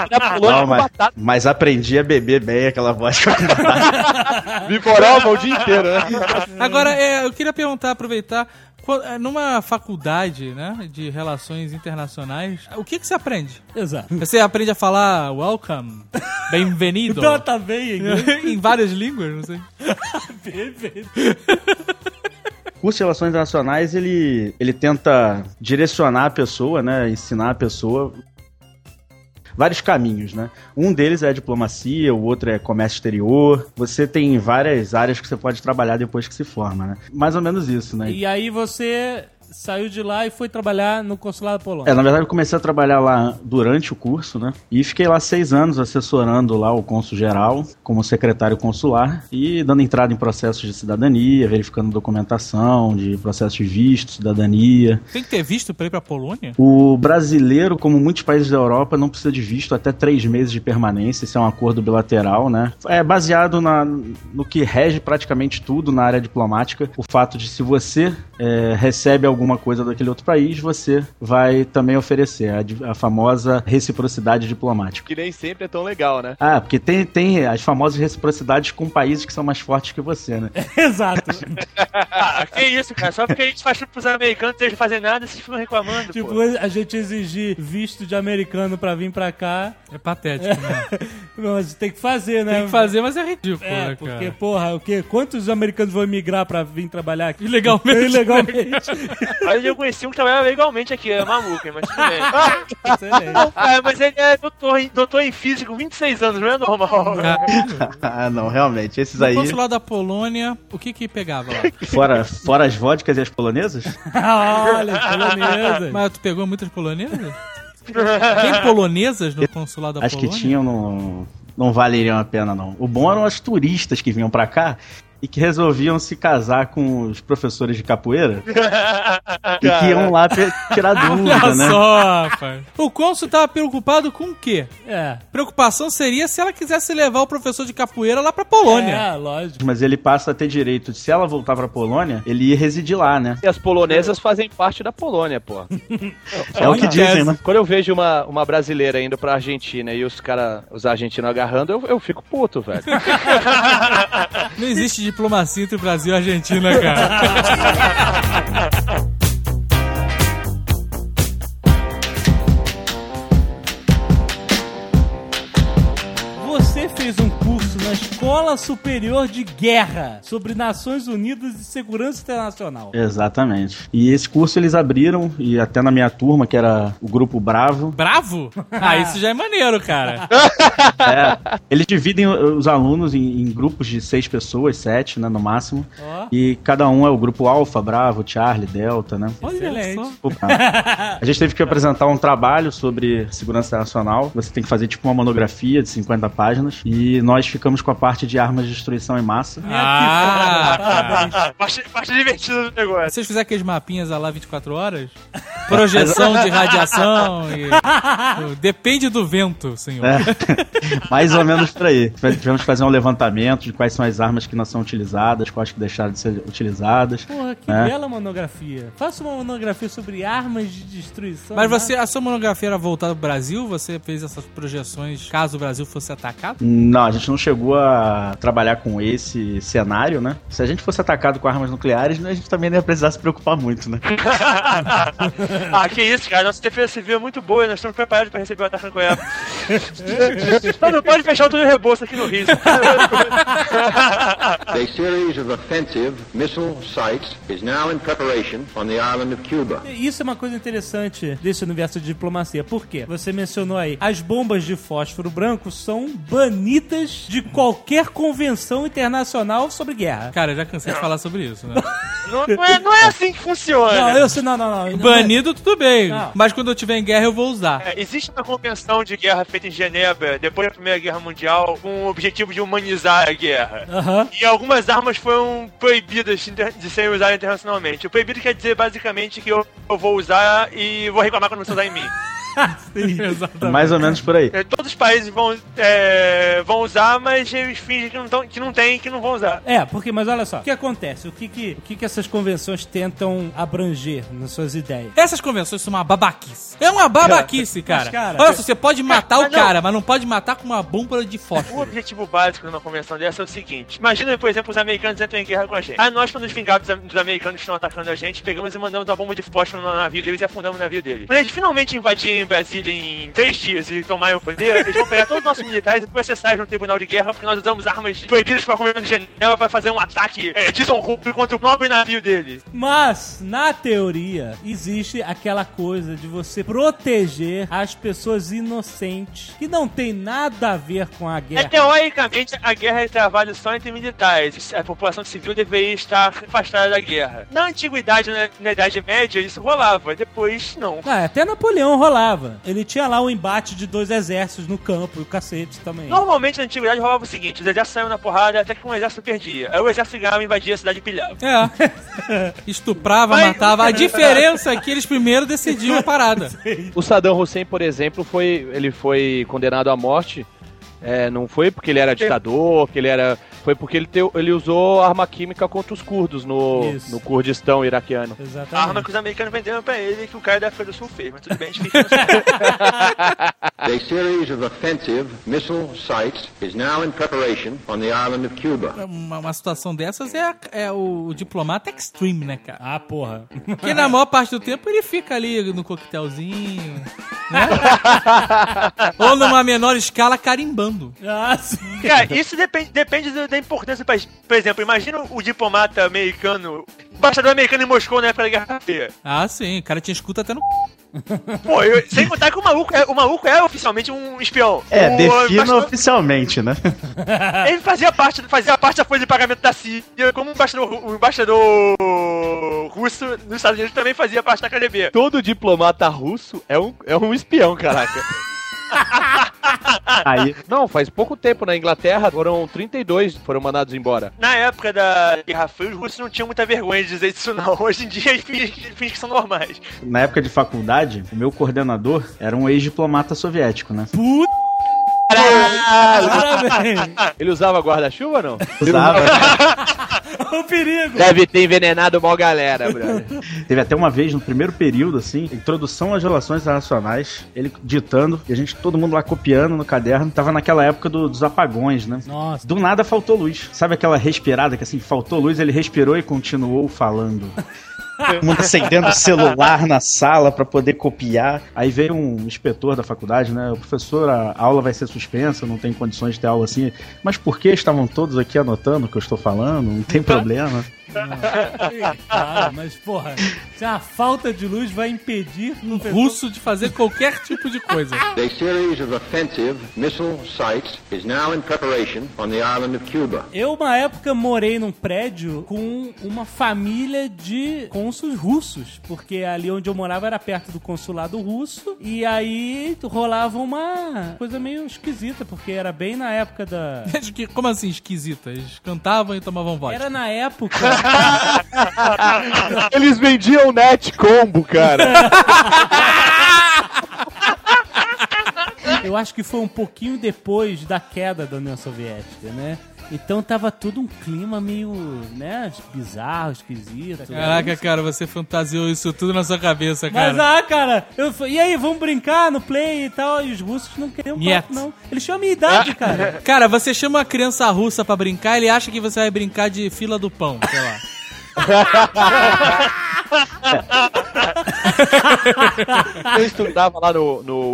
S4: Na Polônia
S5: Não,
S4: com
S5: mas,
S4: batata,
S5: mas aprendi a beber bem aquela vodka com batata.
S4: viborava o dia inteiro, né?
S6: Agora, é, eu queria perguntar, aproveitar, qu- é, numa faculdade, né, de relações internacionais, o que que você aprende?
S2: Exato.
S6: Você aprende a falar welcome, bem-vindo,
S2: Então tá bem, hein?
S6: em várias línguas, não sei.
S5: O curso de Relações Internacionais, ele, ele tenta direcionar a pessoa, né? Ensinar a pessoa vários caminhos, né? Um deles é a diplomacia, o outro é comércio exterior. Você tem várias áreas que você pode trabalhar depois que se forma, né? Mais ou menos isso, né?
S2: E aí você saiu de lá e foi trabalhar no consulado da
S5: É,
S2: Polônia.
S5: na verdade eu comecei a trabalhar lá durante o curso, né? E fiquei lá seis anos assessorando lá o cônsul geral, como secretário consular, e dando entrada em processos de cidadania, verificando documentação, de processos de visto, cidadania,
S6: Tem que ter visto pra ir pra Polônia?
S5: O brasileiro, como muitos países da Europa, não precisa de visto até três meses de permanência. Isso é um acordo bilateral, né? É baseado na- no que rege praticamente tudo na área diplomática. O fato de se você é, recebe alguma coisa daquele outro país, você vai também oferecer a di- a famosa reciprocidade diplomática.
S4: Que nem sempre é tão legal, né?
S5: Ah, porque tem, tem as famosas reciprocidades com países que são mais fortes que você, né?
S2: Exato.
S3: Ah, que isso, cara. Só porque a gente faz tudo pros americanos, eles não fazem nada, vocês ficam reclamando.
S2: tipo,
S3: pô.
S2: a gente exigir visto de americano pra vir pra cá.
S6: É patético, né?
S2: Não, mas tem que fazer, né?
S6: Tem que fazer, mas é ridículo,
S2: É,
S6: né,
S2: porque,
S6: cara?
S2: porra, o quê? Quantos americanos vão emigrar pra vir trabalhar aqui?
S6: Ilegalmente.
S2: Ilegalmente.
S3: Mas eu conheci um que trabalhava legalmente aqui, é maluco, hein, mas tudo bem.
S2: Excelente.
S3: Ah, mas ele é doutor em, doutor em físico, 26 anos, não é normal.
S5: ah, não, realmente. Esses
S6: No
S5: aí,
S6: consulado da Polônia, o que que pegava lá?
S5: fora, fora as vodkas e as polonesas?
S2: Olha, polonesa.
S6: Mas tu pegou muitas polonesas? Tem polonesas no consulado da
S5: As que
S6: Polônia?
S5: tinham não, não valeriam a pena, não. O bom eram as turistas que vinham pra cá e que resolviam se casar com os professores de capoeira e que iam lá pe- tirar dúvida,
S6: Olha
S5: né?
S6: só, rapaz. O cônsul tava preocupado com o quê?
S2: É.
S6: Preocupação seria se ela quisesse levar o professor de capoeira lá pra Polônia.
S2: É, lógico.
S5: Mas ele passa a ter direito, de, se ela voltar pra Polônia, ele ir residir lá, né?
S4: E as polonesas fazem parte da Polônia, pô.
S5: É o que dizem, né?
S4: Quando eu vejo uma, uma brasileira indo pra Argentina e os caras, os argentinos agarrando, eu, eu fico puto, velho.
S6: Não existe diplomacia entre o Brasil e a Argentina, cara.
S2: Você fez um curso na Escola Superior de Guerra sobre Nações Unidas e Segurança Internacional.
S5: Exatamente. E esse curso eles abriram, e até na minha turma, que era o Grupo Bravo,
S6: Bravo? Ah, isso já é maneiro, cara.
S5: é, eles dividem os alunos em, em grupos de seis pessoas, sete, né, no máximo.
S6: Ó.
S5: E cada um é o grupo Alfa, Bravo, Charlie, Delta, né?
S6: Olha
S2: Excelente.
S6: só.
S5: A gente teve que apresentar um trabalho sobre segurança internacional. Você tem que fazer tipo uma monografia de 50 páginas. E nós ficamos com a parte de armas de destruição em massa.
S6: Ah, cara.
S3: Parte, parte divertida do negócio.
S6: Se vocês fizerem aqueles mapinhas lá 24 horas, projeção de radiação e... Depende do vento, senhor.
S5: É. Mais ou menos por aí. Tivemos que fazer um levantamento de quais são as armas que não são utilizadas, quais que deixaram de ser utilizadas.
S2: Porra, que
S5: É.
S2: bela monografia. Faça uma monografia sobre armas de destruição.
S6: Mas você, a sua monografia era voltada pro Brasil? Você fez essas projeções caso o Brasil fosse atacado?
S5: Não, a gente não chegou a trabalhar com esse cenário, né? Se a gente fosse atacado com armas nucleares, né, a gente também não ia precisar se preocupar muito, né?
S3: ah, que isso, cara. Nossa defesa civil é muito boa e nós estamos preparados pra receber o ataque nuclear. Só não pode fechar o túnel rebolso aqui no Rio.
S8: A series of offensive missile sites is now in preparation on the island of Cuba.
S2: Isso é uma coisa interessante desse universo de diplomacia. Por quê? Você mencionou aí, as bombas de fósforo branco são banidas de qualquer convenção internacional sobre guerra.
S6: Cara, eu já cansei de falar sobre isso, né?
S3: não, não é, não é assim que funciona.
S2: Não, eu sei, não, não, não. não é
S6: Banido, tudo bem.
S2: Não.
S6: Mas quando eu tiver em guerra, eu vou usar.
S3: É, Existe uma convenção de guerra feita em Genebra, depois da Primeira Guerra Mundial, com o objetivo de humanizar a guerra.
S2: Aham.
S3: E algumas armas foram proibidas inter- de serem usadas internacionalmente. O proibido quer dizer basicamente que eu, eu vou usar e vou reclamar quando você usar em mim.
S6: Exatamente.
S5: Mais ou menos por aí.
S3: É, Todos os países vão, é, vão usar, mas eles fingem que não, tão, que não tem e que não vão usar.
S2: É, porque, mas olha só, o que acontece? O que que, o que que essas convenções tentam abranger nas suas ideias?
S6: Essas convenções são uma babaquice. É uma babaquice, cara.
S2: Mas, cara,
S6: Olha só, você pode matar o
S3: mas não-
S6: cara, mas não pode matar com uma bomba de
S3: O
S6: fósforo.
S3: objetivo básico de uma convenção dessa é o seguinte: imagina, por exemplo, os americanos entram em guerra com a gente. Aí nós, para nos vingar dos, dos americanos que estão atacando a gente, pegamos e mandamos uma bomba de fósforo no navio deles e afundamos o navio deles. Quando eles finalmente invadirem Brasília em três dias e tomarem o poder, eles vão pegar todos os nossos militares e processar eles no tribunal de guerra, porque nós usamos armas proibidas para a Convenção de Genebra para fazer um ataque é, desonrúvel contra o próprio navio deles.
S2: Mas, na teoria, existe aquela coisa de você proteger as pessoas inocentes que não tem nada a ver com a
S3: É,
S2: guerra.
S3: teoricamente, a guerra é travada só entre militares. A população civil deveria estar afastada da guerra. Na antiguidade, na, na Idade Média, isso rolava. Depois, não.
S2: Ah, até Napoleão rolava. Ele tinha lá o embate de dois exércitos no campo e o cacete também.
S3: Normalmente, na antiguidade, rolava o seguinte. Os exércitos saíam na porrada até que um exército perdia. Aí o exército ganhava, invadia a cidade e pilhava.
S6: É. Estuprava,
S3: Mas-
S6: matava. A diferença é que eles primeiro decidiam a parada.
S4: O Saddam Hussein, por exemplo, foi ele foi condenado à morte. É, não foi porque ele era ditador, que ele era. Foi porque ele, teu- ele usou arma química contra os curdos no,
S2: Isso.
S4: no Kurdistão iraquiano.
S3: A
S2: Exatamente.
S3: arma que os americanos venderam pra ele que o cara da África do Sul fez. Mas tudo bem, é a gente fica nessa-
S8: A series of offensive missile sites is now in preparation on the island of Cuba.
S6: Uma, uma situação dessas é, a- é o diplomata extreme, né, cara?
S2: Ah, porra.
S6: Porque na maior parte do tempo ele fica ali no coquetelzinho, né? Ou numa menor escala carimbando.
S2: Ah, sim.
S3: Cara, isso depende, depende do- da importância do país. Por exemplo, imagina o diplomata americano... o Embaixador americano em Moscou na época da Guerra Fria.
S6: Ah, sim, o cara te escuta até no.
S3: Pô, eu- sem contar que o maluco, é, o maluco é oficialmente um espião.
S5: É,
S3: o,
S5: defina
S3: embaixador-
S5: oficialmente, né?
S3: Ele fazia parte, fazia parte da folha de pagamento da CIA, como o embaixador, ru- o embaixador russo nos Estados Unidos também fazia parte da KGB.
S4: Todo diplomata russo é um, é um espião, caraca.
S5: Aí,
S4: não, faz pouco tempo na Inglaterra foram 32 foram mandados embora.
S3: Na época da Guerra Fria, os russos não tinham muita vergonha de dizer isso, não. Hoje em dia, eles fingem, fingem que são normais.
S5: na época de faculdade, o meu coordenador era um ex-diplomata soviético, né?
S2: Parabéns.
S4: Ele usava guarda-chuva não?
S5: Usava.
S2: o É um perigo.
S4: Deve ter envenenado mal galera, brother.
S5: Teve até uma vez no primeiro período, assim, introdução às relações internacionais, ele ditando, e a gente, todo mundo lá copiando no caderno. Tava naquela época do- dos apagões, né?
S2: Nossa.
S5: Do nada faltou luz. Sabe aquela respirada que assim, faltou luz, ele respirou e continuou falando.
S9: Todo mundo acendendo o celular na sala pra poder copiar.
S5: Aí veio um inspetor da faculdade, né? O professor, a aula vai ser suspensa, não tem condições de ter aula assim. Mas por que estavam todos aqui anotando o que eu estou falando? Não tem problema.
S2: Cara, mas porra, se a falta de luz vai impedir um
S6: Russo de fazer qualquer tipo de coisa.
S8: A series of offensive missile sites is now in preparation on the island of Cuba.
S2: Eu, uma época, morei num prédio com uma família de cônsuls russos, porque ali onde eu morava era perto do consulado russo, e aí rolava uma coisa meio esquisita, porque era bem na época da.
S6: Mas que- Como assim, esquisita? Eles cantavam e tomavam vodka.
S2: Era na época.
S10: Eles vendiam net combo, cara.
S2: Eu acho que foi um pouquinho depois da queda da União Soviética, né? Então tava tudo um clima meio, né, bizarro, esquisito. né?
S6: Caraca, cara, você fantasiou isso tudo na sua cabeça, cara.
S2: Mas ah, cara, eu falei, e aí, vamos brincar no play e tal? E os russos não queriam
S6: Niet.
S2: papo, não. Eles tinham a minha idade,
S6: Ah.
S2: cara.
S6: Cara, você chama a criança russa pra brincar, ele acha que você vai brincar de fila do pão, sei lá.
S4: Eu estudava lá no. no-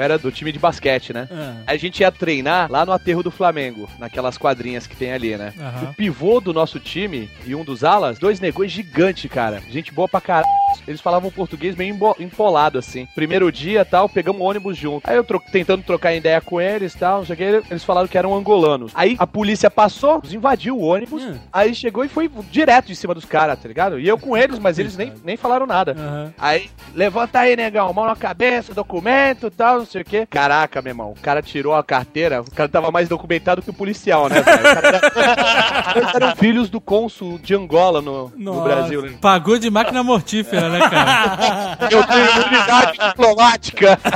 S4: Era do time de basquete, né?
S2: Ah.
S4: A gente ia treinar lá no aterro do Flamengo, naquelas quadrinhas que tem ali, né?
S6: Aham.
S4: O pivô do nosso time e um dos alas, dois negões gigantes, cara. Gente boa pra caralho. Eles falavam português meio embo- empolado, assim. Primeiro dia tal, pegamos um ônibus junto. Aí eu tro- tentando trocar ideia com eles tal, não sei o que. Eles falaram que eram angolanos. Aí a polícia passou, invadiu o ônibus.
S2: Hum.
S4: Aí chegou e foi direto em cima dos caras, tá ligado? E eu com eles, mas eles nem, nem falaram nada.
S2: Aham.
S4: Aí, levanta aí, negão, mão na cabeça, documento e tal, não sei o quê. Caraca, meu irmão, o cara tirou a carteira, o cara tava mais documentado que o policial, né, velho? O cara tá- Eram filhos do cônsul de Angola no, no
S2: Nossa.
S4: Brasil, né?
S6: Pagou de máquina mortífera, né, cara?
S4: Eu tenho imunidade diplomática.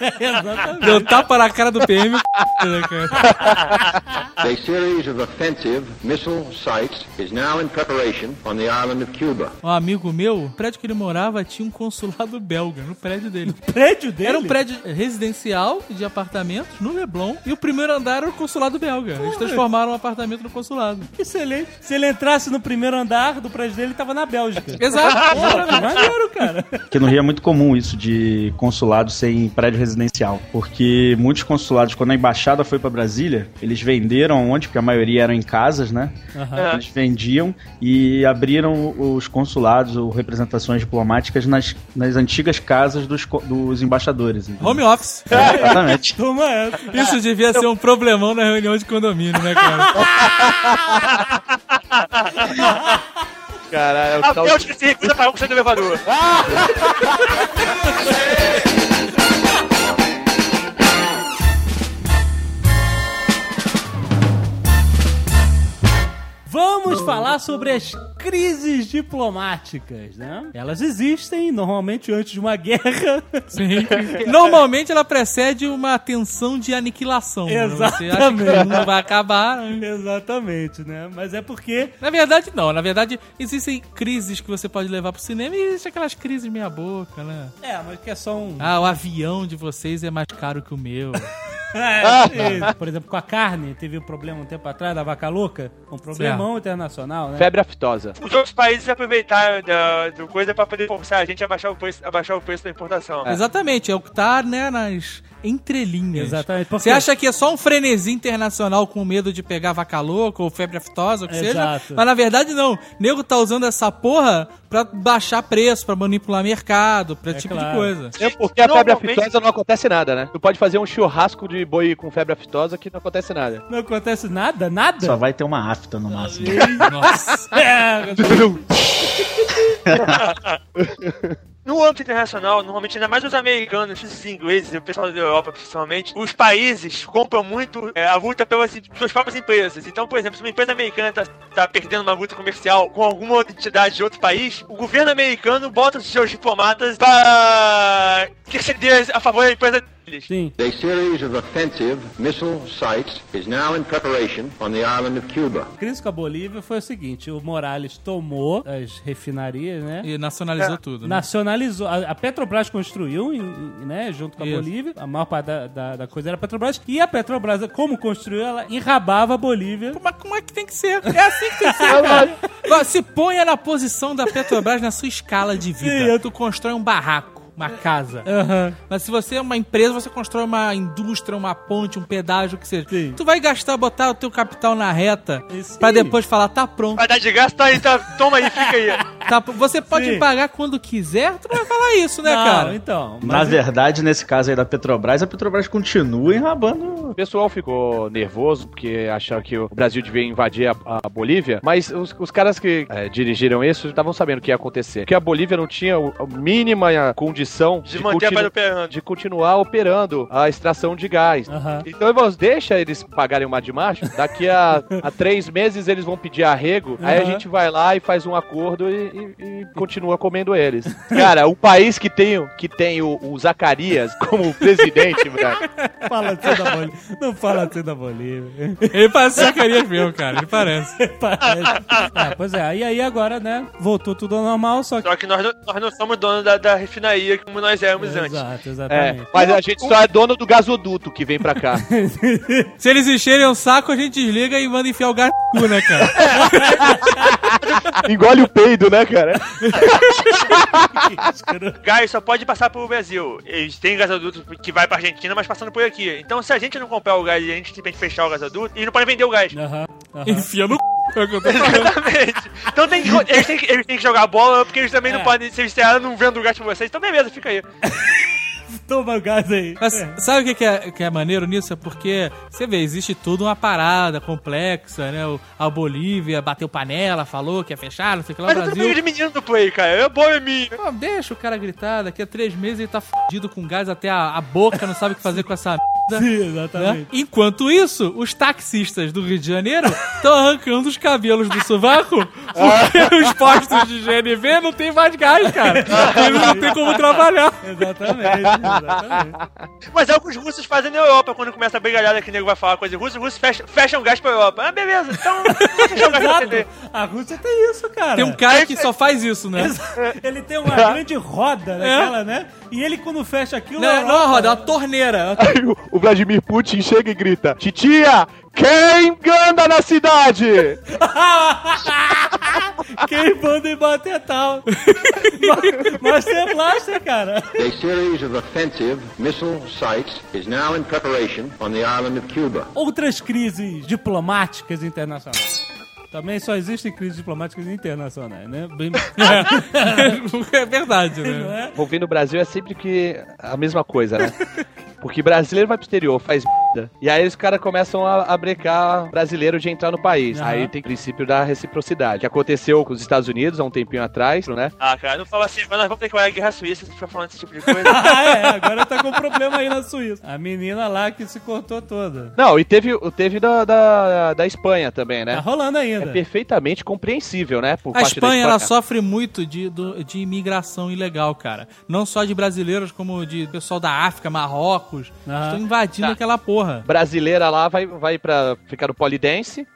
S2: Exatamente.
S6: Deu tapa na cara do PM, né, cara?
S11: Ah.
S8: A series of offensive missile sites is now in preparation on the island of Cuba.
S6: Um amigo meu, o prédio que ele morava tinha um consulado belga no prédio dele.
S2: prédio dele.
S6: Era um prédio residencial de apartamentos no Leblon e o primeiro andar era o consulado belga. Eles transformaram o apartamento no consulado.
S2: excelente. Se ele entrasse no primeiro andar do prédio dele, ele tava na Bélgica.
S6: Exato.
S2: Porra, que maneiro, cara.
S5: Porque no Rio é muito comum isso de consulado ser em prédio residencial. Porque muitos consulados, quando a embaixada foi pra Brasília, eles venderam onde, porque a maioria eram em casas, né? Eles vendiam e abriram os consulados ou representações diplomáticas nas, nas antigas casas dos, co- dos embaixadores. entendeu?
S6: Home office.
S5: Exatamente.
S2: É, Toma essa.
S6: Isso devia ser um problemão na reunião de condomínio, né, cara?
S4: Caralho,
S3: A
S4: o tal de-
S3: Bélgica se recusa a pagar o custo do elevador.
S2: Vamos falar sobre as crises diplomáticas, né? Elas existem normalmente antes de uma guerra.
S6: Sim. Normalmente ela precede uma tensão de aniquilação. né? Você acha que
S2: Exatamente.
S6: o mundo vai acabar. né?
S2: Exatamente, né? Mas é porque
S6: Na verdade, não. Na verdade, existem crises que você pode levar pro cinema e existem aquelas crises meia boca, né?
S2: é, mas que é só um
S6: Ah, o avião de vocês é mais caro que o meu. Ah.
S2: É, isso. Por exemplo, com a carne, teve um problema um tempo atrás da vaca louca, um problemão internacional, né?
S4: Febre aftosa.
S3: Os outros países aproveitaram da, do coisa pra poder forçar a gente a baixar o preço, a baixar o preço da importação.
S6: Exatamente, é o que tá, né, nas entrelinhas.
S2: Exatamente, porque-
S6: Você acha que é só um frenesi internacional com medo de pegar vaca louca ou febre aftosa, o que
S2: Exato.
S6: seja? Mas na verdade não. O nego tá usando essa porra pra baixar preço, pra manipular mercado, pra esse tipo
S2: claro.
S6: de coisa.
S4: É porque a febre
S3: Normalmente-
S4: aftosa não acontece nada, né? Tu pode fazer um churrasco de boi com febre aftosa que não acontece nada.
S2: Não acontece nada, nada.
S5: Só vai ter uma afta no máximo.
S6: Nossa.
S2: É,
S3: No âmbito internacional, normalmente, ainda mais os americanos, os ingleses, o pessoal da Europa, principalmente, os países compram muito é, a luta pelas suas próprias empresas. Então, por exemplo, se uma empresa americana está perdendo uma luta comercial com alguma outra entidade de outro país, o governo americano bota os seus diplomatas para interceder a favor da empresa deles.
S2: sim.
S8: A series of offensive missile sites is now in preparation on the island of Cuba.
S2: A crise com a Bolívia foi o seguinte: o Morales tomou as refinarias, né?
S6: E nacionalizou tudo. né?
S2: Nacionalizou. A a Petrobras construiu, e- e- né, junto com a
S6: Isso.
S2: Bolívia. A maior parte da, da- da coisa era a Petrobras. E a Petrobras, como construiu, ela enrabava a Bolívia.
S6: Mas como é que tem que ser? É assim que tem que ser, cara. Agora, Se ponha na posição da Petrobras na sua escala de vida. Tu constrói um barraco. Uma
S2: É
S6: casa. Mas se você é uma empresa, você constrói uma indústria, uma ponte, um pedágio, o que seja.
S2: Sim.
S6: Tu vai gastar, botar o teu capital na reta
S2: Isso
S6: pra
S2: aí.
S6: depois falar, tá pronto.
S3: Vai dar de graça, tá aí, tá, toma aí, fica aí.
S6: Tá, pr- você pode
S2: Sim.
S6: pagar quando quiser, tu não vai falar isso, né,
S2: Não,
S6: cara?
S2: Então,
S5: Na verdade, nesse caso aí da Petrobras, a Petrobras continua enrabando.
S4: O pessoal ficou nervoso porque achava que o Brasil devia invadir a, a Bolívia, mas os, os caras que eh, dirigiram isso estavam sabendo o que ia acontecer. Que a Bolívia não tinha o- a mínima condição
S3: De manter a
S4: continu-
S3: barra operando.
S4: de continuar operando a extração de gás.
S2: Aham.
S4: Então, irmãos, deixa eles pagarem uma de macho. Daqui a, a três meses eles vão pedir arrego. Aí a
S2: Aham.
S4: gente vai lá e faz um acordo e, e- e continua comendo eles. Cara, um país que tem, o- que tem o, o Zacarias como presidente, velho.
S2: Não fala assim da Bolívia. Não fala assim da Bolívia.
S6: Ele parece Zacarias mesmo, cara. Ele parece.
S2: Parece. Ah, pois é, e aí agora, né? Voltou tudo ao normal, só que.
S3: Só que nós não, nós não somos donos da, da refinaria como nós éramos antes.
S2: Exato,
S4: É,
S2: exatamente.
S4: mas a gente só é dono do gasoduto que vem pra cá.
S6: Se eles encherem o saco, a gente desliga e manda enfiar o gás no cu, né, cara?
S10: Engole o peido, né, cara?
S3: Gás só pode passar pro Brasil. Eles têm gasoduto que vai pra Argentina, mas passando por aqui. Então, se a gente não comprar o gás e a gente simplesmente fechar o gasoduto, eles não podem vender o gás.
S2: Aham, aham.
S6: Enfia no cu, é o que eu tô falando.
S3: Exatamente. Então tem que, eles, têm que, eles têm que jogar bola, porque eles também não podem. Se eles disseram, não vendo o gás pra vocês, então beleza, fica aí.
S2: Toma o gás aí.
S6: Mas sabe o que que é, que é maneiro nisso? É porque, você vê, existe toda uma parada complexa, né? O- A Bolívia bateu panela, falou que ia fechar, não sei o que lá, o
S3: Mas eu tô
S6: Brasil...
S3: de menino do play, cara. É bom é minha.
S6: Pô, deixa o cara gritar, daqui a três meses ele tá fudido com gás até a, a boca, não sabe o que fazer com essa merda.
S2: Sim,
S6: Né?
S2: exatamente.
S6: Enquanto isso, os taxistas do Rio de Janeiro estão arrancando os cabelos do sovaco porque os postos de GNV não tem mais gás, cara. Eles não tem como trabalhar.
S2: Exatamente, exatamente.
S3: Mas é o que os russos fazem na Europa quando começa a brigalhada que o nego vai falar coisa russa. Os russos fecham, fecham gás pra Europa. Ah, beleza, então vamos fechar o gás pra TV.
S2: Exato. A Rússia tem isso, cara.
S6: Tem um cara que só faz isso, né?
S2: Ele tem uma grande roda daquela, né? E ele quando fecha aquilo.
S6: Não,
S2: a
S6: é- não é uma
S2: roda-
S6: roda, é uma torneira.
S10: Aí o- o Vladimir Putin chega e grita: Titia, quem ganda na cidade?
S2: Quem manda em bater tal. Mas tem blaster, cara.
S8: A series of offensive missile sites is now in preparation on the island of Cuba.
S2: Outras crises diplomáticas internacionais. Também só existem crises diplomáticas internacionais, né? Bem-
S6: É verdade,
S2: não
S6: né?
S2: é?
S4: Envolvendo o Brasil é sempre que a mesma coisa, né? Porque brasileiro vai pro exterior, faz merda. E aí os caras começam a, a brecar brasileiro de entrar no país.
S2: Aham.
S4: Aí tem o princípio da reciprocidade, que aconteceu com os Estados Unidos há um tempinho atrás, né?
S3: Ah, cara, não fala assim, mas nós vamos ter que parar a Guerra Suíça se ficar falando esse tipo de coisa.
S2: Ah, é, agora tá com problema aí na Suíça. A menina lá que se cortou toda.
S4: Não, e teve, teve da, da, da Espanha também,
S2: Tá
S4: né?
S2: rolando
S4: É
S2: ainda.
S4: perfeitamente compreensível, né? Por
S6: A
S4: parte da
S6: Espanha, ela sofre muito de, do- de imigração ilegal, cara. Não só de brasileiros, como de pessoal da África, Marrocos.
S2: Aham.
S6: Estão invadindo aquela porra.
S4: Brasileira lá vai, vai pra ficar no polidense.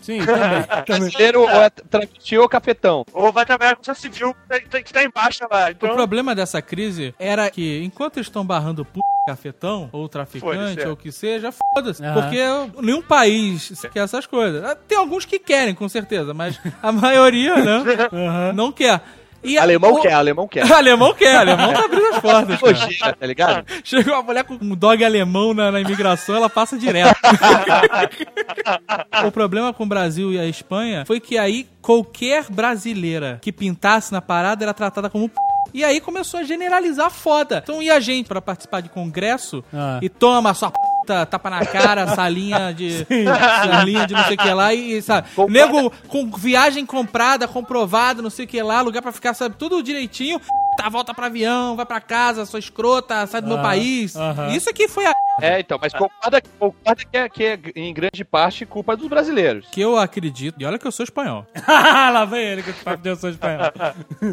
S2: Sim, também. também.
S4: Brasileiro ou é travesti ou cafetão.
S3: Ou vai trabalhar com sua civil que tá- que tá embaixo lá.
S6: O
S3: Então,
S6: problema dessa crise era que, enquanto eles estão barrando p... cafetão, ou traficante,
S3: Foda-se, é.
S6: ou o que seja, foda-se.
S2: Aham.
S6: Porque nenhum país quer essas coisas. Ah, Tem alguns que querem, com certeza, mas a maioria, né,
S2: Aham.
S6: não quer. E a-
S4: Alemão
S6: É, o-
S4: quer, alemão quer.
S6: Alemão quer, alemão tá abrindo as portas. cara.
S4: Nojeira, tá ligado?
S6: Chega uma mulher com um dog alemão na, na imigração, ela passa direto. o problema com o Brasil e a Espanha foi que aí qualquer brasileira que pintasse na parada era tratada como p... E aí começou a generalizar foda. Então ia gente pra participar de congresso
S2: Ah.
S6: e toma sua puta, tapa na cara, salinha de salinha de não sei o que lá e sabe, nego com viagem comprada, comprovada, não sei o que lá, lugar pra ficar, sabe, tudo direitinho. Tá, volta pra avião, vai pra casa, sou escrota, sai do meu
S2: Ah,
S6: país.
S2: aham.
S6: Isso aqui foi a
S4: É, então, mas concorda, concorda que, é, que é, em grande parte, culpa dos brasileiros.
S6: que eu acredito, e olha que eu sou espanhol,
S2: lá vem ele que o papo deu sua espanhol.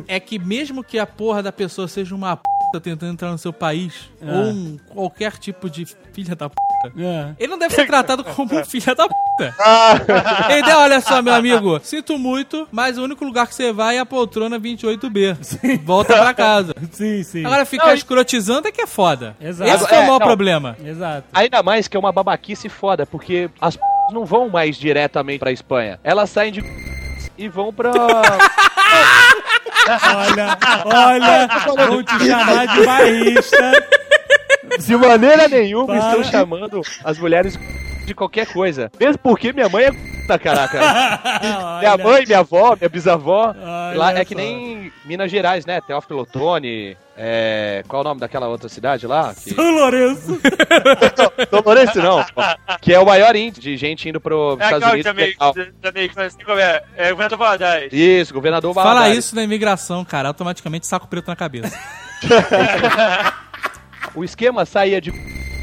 S6: é que mesmo que a porra da pessoa seja uma p... tá tentando entrar no seu país, ou um qualquer tipo de filha da p.
S2: É.
S6: Ele não deve ser tratado como um filha da p.
S2: Ah.
S6: Ele deve, olha só, meu amigo, sinto muito, mas o único lugar que você vai é a poltrona 28B. Volta pra casa.
S2: Sim, sim.
S6: Agora ficar escrotizando é que é foda.
S2: Exato.
S6: Esse que é o
S4: É,
S6: maior
S4: não.
S6: problema.
S2: Exato.
S4: Ainda mais que é uma babaquice foda, porque as p... não vão mais diretamente pra Espanha. Elas saem de c... e vão pra.
S2: Olha, olha, vão te chamar de barrista.
S4: De maneira nenhuma
S2: Para.
S4: estão chamando as mulheres de qualquer coisa. Mesmo porque minha mãe é da caraca. Minha
S2: Ah, Olha,
S4: mãe, minha avó, minha bisavó.
S2: né? Olha
S4: lá é que
S2: só.
S4: nem Minas Gerais, né? Teófilo Otoni. É... Qual é o nome daquela outra cidade lá? Que...
S2: São Lourenço.
S4: São Lourenço, não. Que é o maior índice de gente indo pro
S3: É
S4: Estados
S3: aquela
S4: Unidos. legal.
S3: americana, assim como é. É Governador Valadares.
S4: Isso, governador
S6: Fala
S4: Valadares.
S6: isso na imigração, cara, automaticamente saco preto na cabeça.
S4: O esquema saía de.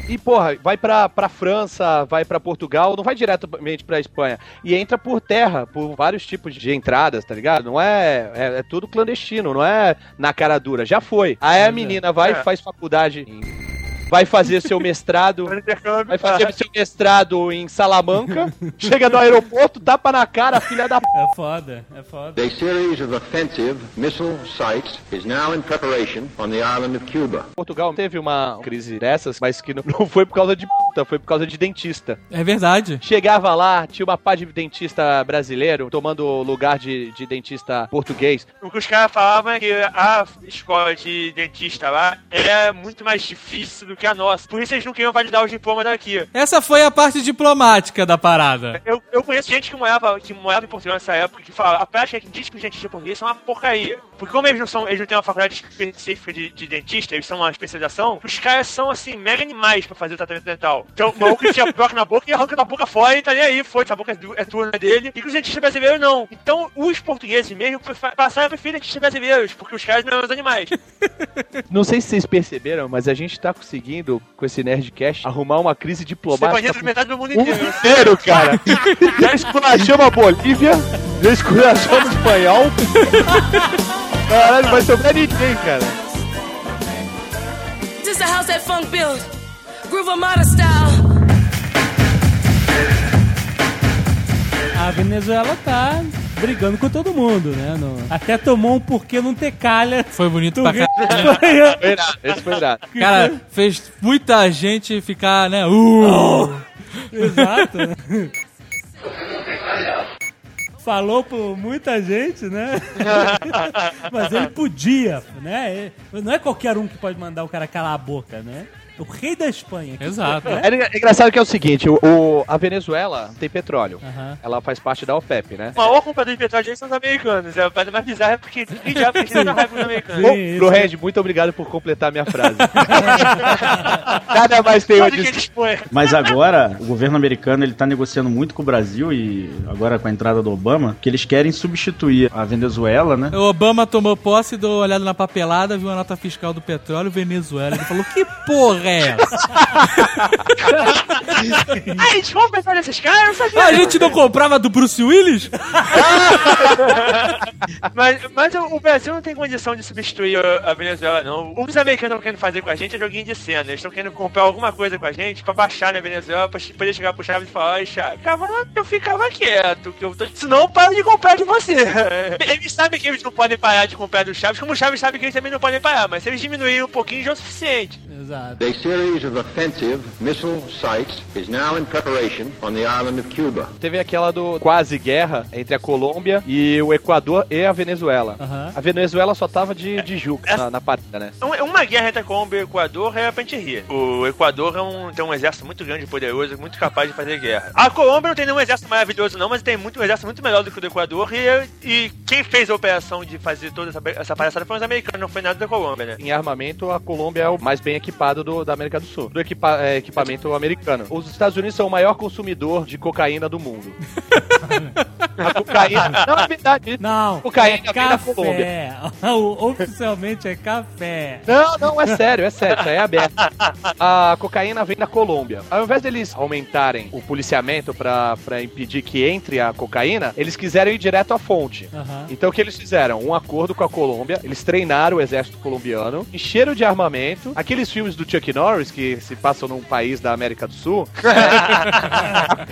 S4: E, porra, vai pra, pra França, vai pra Portugal, não vai diretamente pra Espanha. E entra por terra, por vários tipos de entradas, tá ligado? Não é. É, é tudo clandestino, não é na cara dura. Já foi. Aí a menina vai,
S3: É.
S4: faz faculdade. Em... Vai fazer seu mestrado.
S3: Faz intercâmbio.
S4: Vai fazer seu mestrado em Salamanca. chega no aeroporto, tapa na cara, filha da p.
S2: É foda, é foda.
S8: A series of offensive missile sites is now in preparation on the island of Cuba.
S4: Portugal teve uma crise dessas, mas que não, não foi por causa de puta, foi por causa de dentista.
S6: É verdade.
S4: Chegava lá, tinha uma pá de dentista brasileiro tomando lugar de, de dentista português.
S3: O que os caras falavam é que a escola de dentista lá é muito mais difícil do que a nossa. Por isso eles não queriam validar os diplomas daqui.
S6: Essa foi a parte diplomática da parada.
S3: Eu, eu conheço gente que morava, que morava em Portugal nessa época que fala, a prática que diz que os dentistas portugueses são uma porcaria. Porque como eles não são, eles não têm uma faculdade específica de, de dentista, eles são uma especialização, os caras são assim, mega animais pra fazer o tratamento dental. Então o maluco tinha broca na boca e arranca da boca fora e tá nem aí, foi, essa boca é, du- é tua, não é dele. E que os dentistas brasileiros não. Então os portugueses mesmo prefa- passaram a preferir dentistas brasileiros, porque os caras não eram os animais.
S4: Não sei se vocês perceberam, mas a gente tá conseguindo, com esse Nerdcast, arrumar uma crise
S3: Você vai
S4: diplomática.
S3: dentro de metade do mundo
S4: O
S3: inteiro.
S4: mundo inteiro, cara. Já esculachamos a Bolívia, já esculachamos o espanhol. Caralho, não vai sobrar ninguém, cara.
S11: Just a house that funk built, groove Armada style.
S2: A Venezuela tá brigando com todo mundo, né? No- Até tomou um porquê não ter calha.
S6: Foi bonito
S2: do
S6: pra
S2: Rio
S6: caralho.
S2: de Janeiro.
S4: Foi irado, Esse foi irado.
S6: Cara, fez muita gente ficar, né? Uh!
S2: Oh. Exato. Falou por muita gente, né? Mas ele podia, né? Ele- Não é qualquer um que pode mandar o cara calar a boca, né? O rei da Espanha. que-
S6: Exato.
S4: É engra- é engraçado que é o seguinte, o- o- a Venezuela tem petróleo.
S2: Aham.
S4: Ela faz parte da OPEP, né?
S3: O maior comprador de petróleo gente são os americanos. É a coisa mais bizarra é porque quem já precisa da raiva dos americanos.
S2: Sim,
S4: Bom,
S2: isso.
S4: Pro Red, muito obrigado por completar minha frase. Nada mais tenho a
S3: Tudo que
S4: dizer.
S3: eles põem.
S5: Mas agora, o governo americano ele tá negociando muito com o Brasil e agora com a entrada do Obama, que eles querem substituir a Venezuela, né?
S6: O Obama tomou posse, deu uma olhada na papelada, viu a nota fiscal do petróleo, Venezuela. Ele falou, que porra é essa?
S3: Ah, eles vão pensar nesses caras? Eu não sabia.
S6: A gente não comprava do Bruce Willis?
S3: Mas, mas o o Brasil não tem condição de substituir a- a Venezuela, não. O que os americanos estão querendo fazer com a gente é joguinho de cena. Eles estão querendo comprar alguma coisa com a gente pra baixar na Venezuela, pra ch- poder chegar pro Chaves e falar, ai, Chaves, cavalo, eu ficava quieto, que eu tô... senão para de comprar de você. Eles sabem que eles não podem parar de comprar do Chaves, como o Chaves sabe que eles também não podem parar, mas se eles diminuírem um pouquinho já é o suficiente.
S2: Exato.
S8: A series of offensive missile sites is now in preparation on the island of Cuba.
S4: Teve aquela do quase guerra entre a Colômbia e o Equador e a Venezuela.
S2: Aham.
S4: A Venezuela só tava de, de juca na, na parada, né?
S3: Um- Uma guerra entre a Colômbia e o Equador é pra gente rir. O Equador é um, tem um exército muito grande e poderoso, muito capaz de fazer guerra. A Colômbia não tem nenhum exército maravilhoso, não, mas tem muito, um exército muito melhor do que o do Equador. E, e quem fez a operação de fazer toda essa, essa palhaçada foi os americanos, não foi nada da Colômbia, né?
S4: Em armamento, a Colômbia é o mais bem equipado do- da América do Sul, do equipa- é, equipamento americano. Os Estados Unidos são o maior consumidor de cocaína do mundo. A cocaína. Não, é verdade.
S2: Não.
S4: Cocaína
S2: é
S4: vem da
S2: café.
S4: Colômbia.
S2: O- Oficialmente é café.
S4: Não, não, é sério, é sério, isso aí é aberto. A cocaína vem da Colômbia. Ao invés deles aumentarem o policiamento pra pra impedir que entre a cocaína, eles quiseram ir direto à fonte.
S2: Aham.
S4: Então o que eles fizeram? Um acordo com a Colômbia, eles treinaram o exército colombiano, encheram de armamento. Aqueles filmes do Chuck Norris que se passam num país da América do Sul.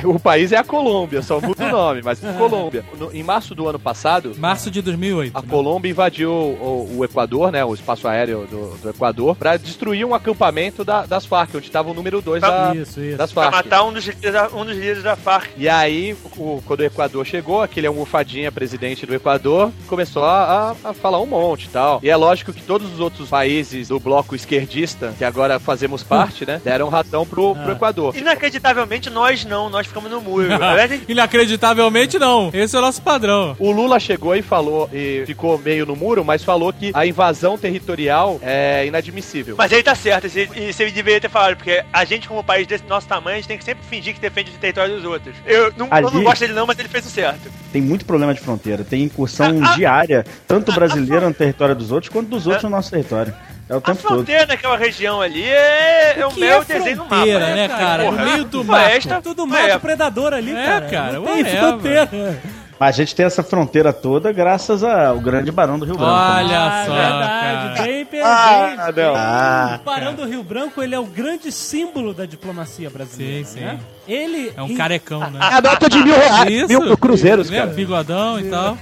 S4: o país é a Colômbia, só muda o nome, mas é Colômbia. No- em março do ano passado,
S6: Março de 2008.
S4: a Colômbia invadiu o, o Equador, né? O espaço aéreo do, do Equador, pra destruir um acampamento da- das Farc, onde estava o número 2 da,
S2: Isso, isso.
S4: das
S3: Pra
S4: Farc.
S3: matar um dos, líderes da- um dos líderes da FARC.
S4: E aí, o- quando o Equador chegou, aquele almofadinha presidente do Equador começou a, a- a falar um monte e tal. E é lógico que todos os outros países do bloco esquerdista, que agora fazemos parte, né, deram ratão pro,
S3: Ah.
S4: pro Equador.
S3: Inacreditavelmente, nós não, nós ficamos no muro. Na verdade, a gente-
S6: Inacreditavelmente, não. Esse é o nosso padrão.
S4: O Lula chegou e falou, e ficou meio no muro, mas falou que a invasão territorial é inadmissível.
S3: Mas ele tá certo, isso ele isso ele deveria ter falado, porque a gente, como um país desse nosso tamanho, a gente tem que sempre fingir que defende o território dos outros. Eu não, eu não
S9: Ali-
S3: gosto dele não, mas ele fez o certo.
S9: Tem muito problema de fronteira. Tem incursão diária, tanto brasileira no território dos outros, quanto dos outros no nosso território. É o
S3: A
S9: tempo todo.
S3: fronteira naquela região ali é, é um
S6: que
S3: mero
S6: é
S3: desenho no mapa.
S6: fronteira, né, cara? No meio do
S3: floresta,
S2: Tudo
S3: é,
S2: mato predador ali,
S6: É,
S2: cara.
S6: cara,
S2: Não tem
S6: whatever.
S2: fronteira.
S9: A gente tem essa fronteira toda graças ao grande Barão
S3: né?
S9: do Rio Branco. né?
S6: Olha
S2: Ah,
S6: só,
S2: verdade,
S6: cara.
S2: bem
S9: Ah,
S2: perfeito.
S9: não. Ah,
S2: o Barão do Rio Branco, ele é o grande símbolo da diplomacia brasileira.
S6: Sim,
S2: né?
S6: sim.
S2: Ele
S6: É um carecão, né?
S10: A nota de mil reais. mil cruzeiros,
S6: né?
S10: cara.
S6: Bigodão e tal.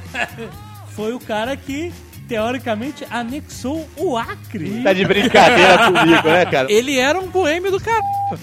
S2: foi o cara que, teoricamente, anexou o Acre.
S4: Tá de brincadeira comigo, né, cara?
S6: Ele era um boêmio do caralho.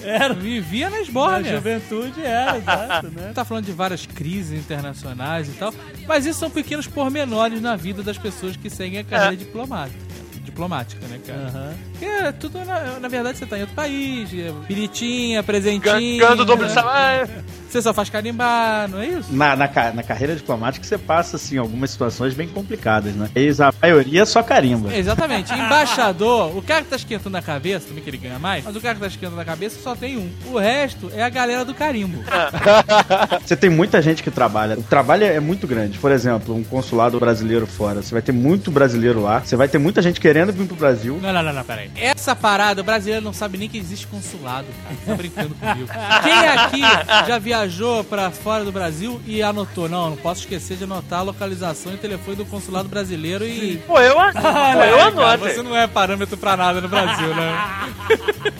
S2: Era.
S6: Vivia na
S2: A
S6: esbórnia.
S2: juventude era, exato, né?
S6: tá falando de várias crises internacionais e tal, mas isso são pequenos pormenores na vida das pessoas que seguem
S3: É.
S6: a carreira diplomática. Diplomática, né, cara?
S2: Aham.
S6: Porque é tudo, na, na verdade, você tá em outro país, é biritinha,
S3: gan-
S6: presentinho. né?
S3: ganhando o dobro é, do salário.
S6: Você só faz carimbar, não é isso?
S9: Na, na, ca- na carreira diplomática você passa, assim, algumas situações bem complicadas, né? Eis a maioria é só carimba.
S6: É, Exatamente. Embaixador, o cara que tá esquentando a cabeça, também que ele ganha mais, mas o cara que tá esquentando a cabeça só tem um. O resto é a galera do carimbo.
S3: Ah.
S9: Você tem muita gente que trabalha. O trabalho é muito grande. Por exemplo, um consulado brasileiro fora. Você vai ter muito brasileiro lá. Você vai ter muita gente querendo vir pro Brasil.
S6: Não, não, não, não, peraí. Essa parada, o brasileiro não sabe nem que existe consulado, cara. Tá brincando comigo. Quem é aqui já viajou pra fora do Brasil e anotou? Não, não posso esquecer de anotar a localização e telefone do consulado brasileiro e.
S3: Pô, eu, an- pô, eu
S6: Cara,
S3: anoto.
S6: Você não é parâmetro pra nada no Brasil, né?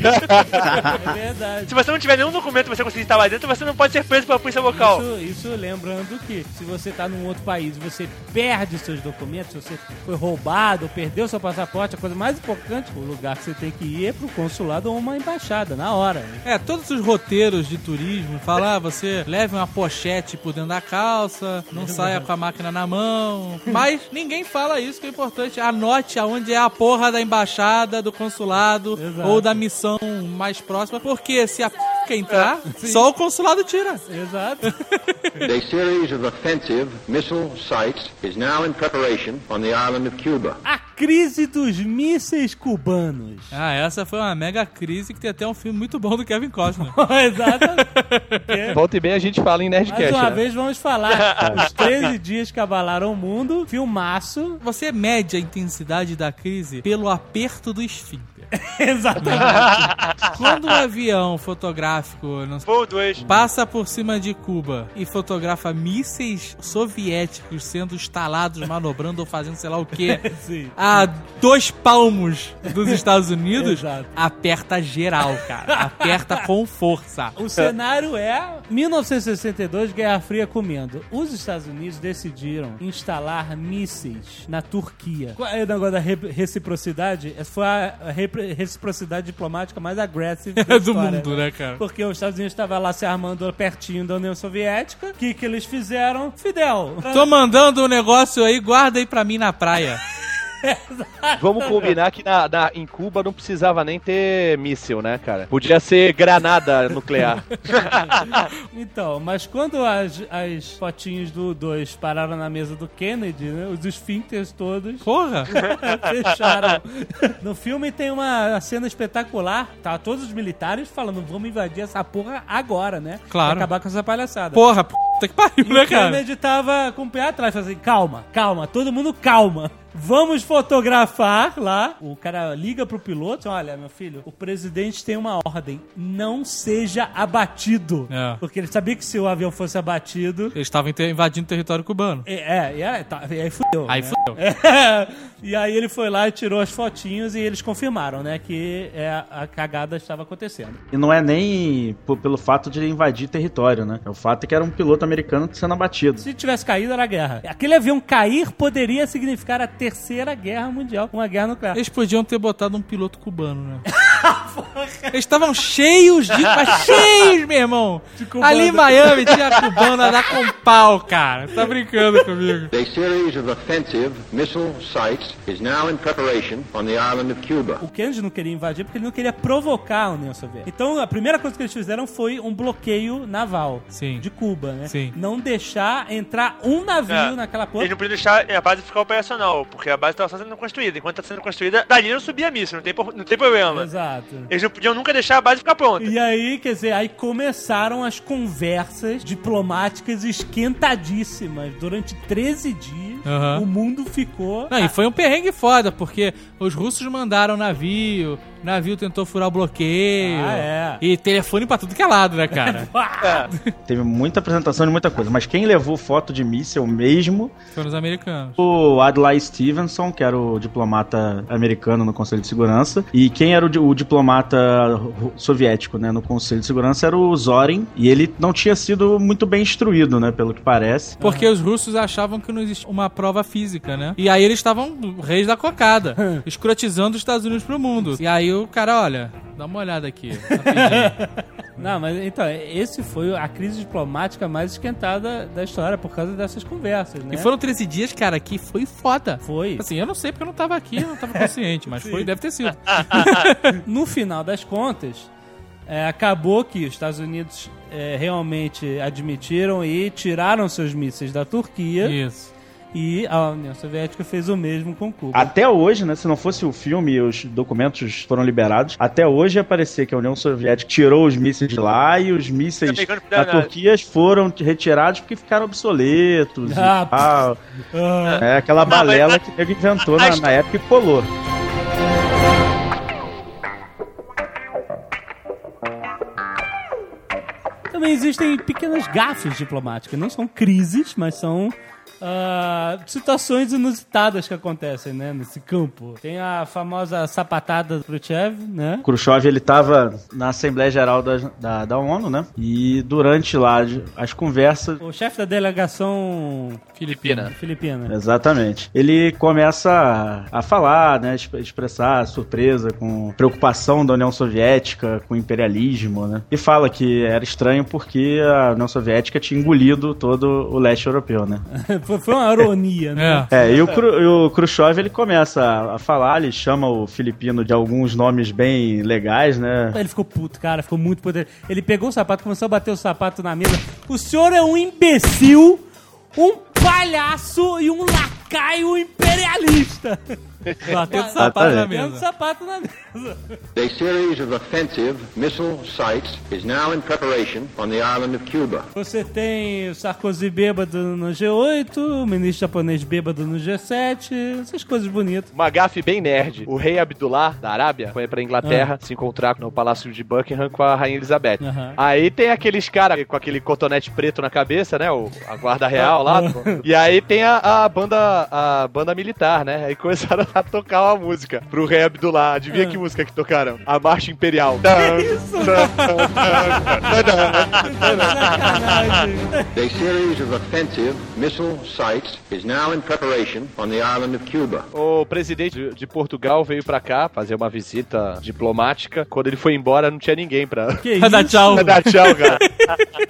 S2: É verdade.
S3: Se você não tiver nenhum documento que você conseguir estar lá dentro, você não pode ser preso pela polícia local.
S2: Isso, isso lembrando que se você tá num outro país e você perde seus documentos, se você foi roubado, perdeu seu passaporte, a coisa mais importante, o lugar que você tem que ir é pro consulado ou uma embaixada, na hora.
S6: É, todos os roteiros de turismo falam, ah, você leve uma pochete por dentro da calça, não saia com a máquina na mão. Mas ninguém fala isso, que é importante. Anote aonde é a porra da embaixada, do consulado
S2: Exato.
S6: ou da missão mais próxima, porque se a p entrar, só o consulado tira.
S2: Exato.
S8: A series of offensive missile sites is now in preparation on the island of Cuba.
S2: A crise dos mísseis cubanos.
S6: Ah, essa foi uma mega crise que tem até um filme muito bom do Kevin Costner.
S2: Exatamente.
S4: Volta e bem a gente fala em
S2: Mais
S4: Nerdcast,
S2: uma
S4: né?
S2: vez vamos falar os 13 dias que abalaram o mundo, filmaço.
S6: Você mede a intensidade da crise pelo aperto do esfíncter.
S2: Exatamente.
S6: Quando um avião fotográfico, não sei
S3: Voo dois.
S6: passa por cima de Cuba e fotografa mísseis soviéticos sendo instalados, manobrando ou fazendo sei lá o quê,
S2: Sim.
S6: a dois palmos dos Estados Unidos,
S2: Exato.
S6: aperta geral, cara. Aperta com força.
S2: O cenário é 1962, Guerra Fria comendo. Os Estados Unidos decidiram instalar mísseis na Turquia. Qual é o negócio da re- reciprocidade? Essa Foi a repre- reciprocidade diplomática mais agressiva da
S6: Do
S2: história,
S6: mundo, né, cara?
S2: Porque os Estados Unidos estavam lá se armando pertinho da União Soviética. O que, que eles fizeram? Fidel.
S6: Tô mandando um negócio aí, guarda aí pra mim na praia.
S4: Vamos combinar que na, na- em Cuba não precisava nem ter míssil, né, cara? Podia ser granada nuclear.
S2: Então, mas quando as, as fotinhas do 2 pararam na mesa do Kennedy, né, os esfíncteres todos
S6: Porra!
S2: fecharam. No filme tem uma cena espetacular, tá todos os militares falando, vamos invadir essa porra agora, né?
S6: Claro.
S2: Pra acabar com essa palhaçada.
S6: Porra, p... Puta que pariu, né,
S2: O
S6: cara?
S2: Kennedy tava com o pé atrás, falando assim, calma, calma, todo mundo calma. Vamos fotografar lá. O cara liga pro piloto, olha, meu filho, o presidente tem uma ordem, não seja abatido.
S6: É.
S2: Porque ele sabia que se o avião fosse abatido...
S6: Eles estavam inte- invadindo o território cubano.
S2: É, é, e aí, tá, e aí fudeu.
S6: Aí
S2: né?
S6: fudeu.
S2: É. E aí ele foi lá e tirou as fotinhas e eles confirmaram, né, que é, a cagada estava acontecendo.
S5: E não é nem p- pelo fato de invadir território, né? É o fato que era um piloto americano sendo abatido.
S2: Se tivesse caído, era guerra. Aquele avião cair poderia significar a terceira guerra mundial, uma guerra nuclear.
S6: Eles podiam ter botado um piloto cubano, né? Eles estavam cheios de. Mas cheios, meu irmão!
S2: cubano.
S6: Ali em Miami tinha cubano a dar com pau, cara. Tá brincando comigo.
S8: A series of offensive missile sites is now in preparation on the island of Cuba.
S2: O Kennedy não queria invadir porque ele não queria provocar a União Soviética. Então a primeira coisa que eles fizeram foi um bloqueio naval
S6: Sim.
S2: de Cuba, né?
S6: Sim.
S2: Não deixar entrar um navio
S3: É.
S2: naquela porra.
S3: Eles não podiam deixar a base ficar operacional, porque a base estava só sendo construída. Enquanto está sendo construída, dali não subia a missa, não tem, por- não tem problema.
S2: Exato.
S3: Eles não podiam nunca deixar a base ficar pronta.
S2: E aí, quer dizer, aí começaram as conversas diplomáticas esquentadíssimas. Durante 13 dias,
S6: Aham.
S2: o mundo ficou. Ah,
S6: Não, e foi um perrengue foda, porque os russos mandaram navio, navio tentou furar o bloqueio.
S2: Ah, é.
S6: E telefone pra tudo que é lado, né, cara?
S3: É.
S5: Teve muita apresentação de muita coisa, mas quem levou foto de míssel mesmo
S6: Foram os americanos.
S5: o Adlai Stevenson, que era o diplomata americano no Conselho de Segurança, e quem era o, di- o diplomata ru- soviético, né, no Conselho de Segurança era o Zorin, e ele não tinha sido muito bem instruído, né, pelo que parece.
S6: Porque os russos achavam que não existia uma prova física, né? E aí eles estavam reis da cocada, escrotizando os Estados Unidos pro mundo. E aí o cara, olha, dá uma olhada aqui.
S2: Né?
S6: rapidinho.
S2: Não, mas então, esse foi a crise diplomática mais esquentada da história por causa dessas conversas, né?
S6: e foram 13 dias, cara, que foi foda.
S2: Foi.
S6: Assim, eu não sei porque eu não tava aqui, eu não tava consciente, mas foi, deve ter sido.
S2: No final das contas, é, acabou que os Estados Unidos é, realmente admitiram e tiraram seus mísseis da Turquia
S6: Isso.
S2: e a União Soviética fez o mesmo com Cuba.
S5: Até hoje, né, se não fosse o filme e os documentos foram liberados, até hoje ia parecer que a União Soviética tirou os mísseis de lá e os mísseis
S3: Os americanos
S5: da
S3: fizeram nada.
S5: Turquia foram retirados porque ficaram obsoletos
S2: Ah,
S5: e tal.
S2: Ah,
S5: É aquela
S3: Não, mas-
S5: balela que ele inventou
S3: a
S5: na,
S3: histó-
S5: na época e colou.
S2: Também existem pequenas gafes diplomáticas, não são crises, mas são ah, situações inusitadas que acontecem, né, nesse campo. Tem a famosa sapatada do Khrushchev, né?
S5: Khrushchev ele estava na Assembleia Geral da, da, da ONU, né? E durante lá as conversas.
S2: O chefe da delegação
S4: Filipina.
S2: filipina.
S5: Exatamente. Ele começa a, a falar, né? exp- Expressar surpresa com preocupação da União Soviética, com o imperialismo, né? E fala que era estranho porque a União Soviética tinha engolido todo o leste europeu, né?
S2: Foi- Foi uma ironia, né?
S6: É.
S5: É, e o, Kru- e o Khrushchev ele começa a- a falar, ele chama o filipino de alguns nomes bem legais, né?
S2: Ele ficou puto, cara, ficou muito poderoso. Ele pegou o sapato, começou a bater o sapato na mesa. O senhor é um imbecil, um palhaço e um lacaio imperialista.
S6: Batendo sapato na
S2: Batendo
S6: mesa.
S2: sapato na mesa.
S8: A series of offensive missile sites is now in preparation on the island of Cuba.
S2: Você tem o Sarkozy bêbado no G8, o ministro japonês bêbado no G7, essas coisas bonitas.
S4: Uma gafe bem nerd. O rei Abdullah da Arábia foi pra Inglaterra se encontrar no palácio de Buckingham com a rainha Elizabeth.
S2: Ah. Aham.
S4: Aí tem aqueles caras com aquele cotonete preto na cabeça, né? O, a guarda real
S2: Ah,
S4: lá. e aí tem a, a banda a banda militar, né? Aí começaram a tocar uma música pro rei
S2: Ah.
S4: Abdullah. Adivinha que música que tocaram? A Marcha Imperial.
S2: Sacanagem.
S8: A series of offensive missile sites is now in preparation on the island of Cuba.
S4: O presidente de- de Portugal veio pra cá fazer uma visita diplomática. Quando ele foi embora, não tinha ninguém pra
S2: Que
S6: Vai dar
S2: isso?
S6: tchau.
S4: pra dar tchau, cara.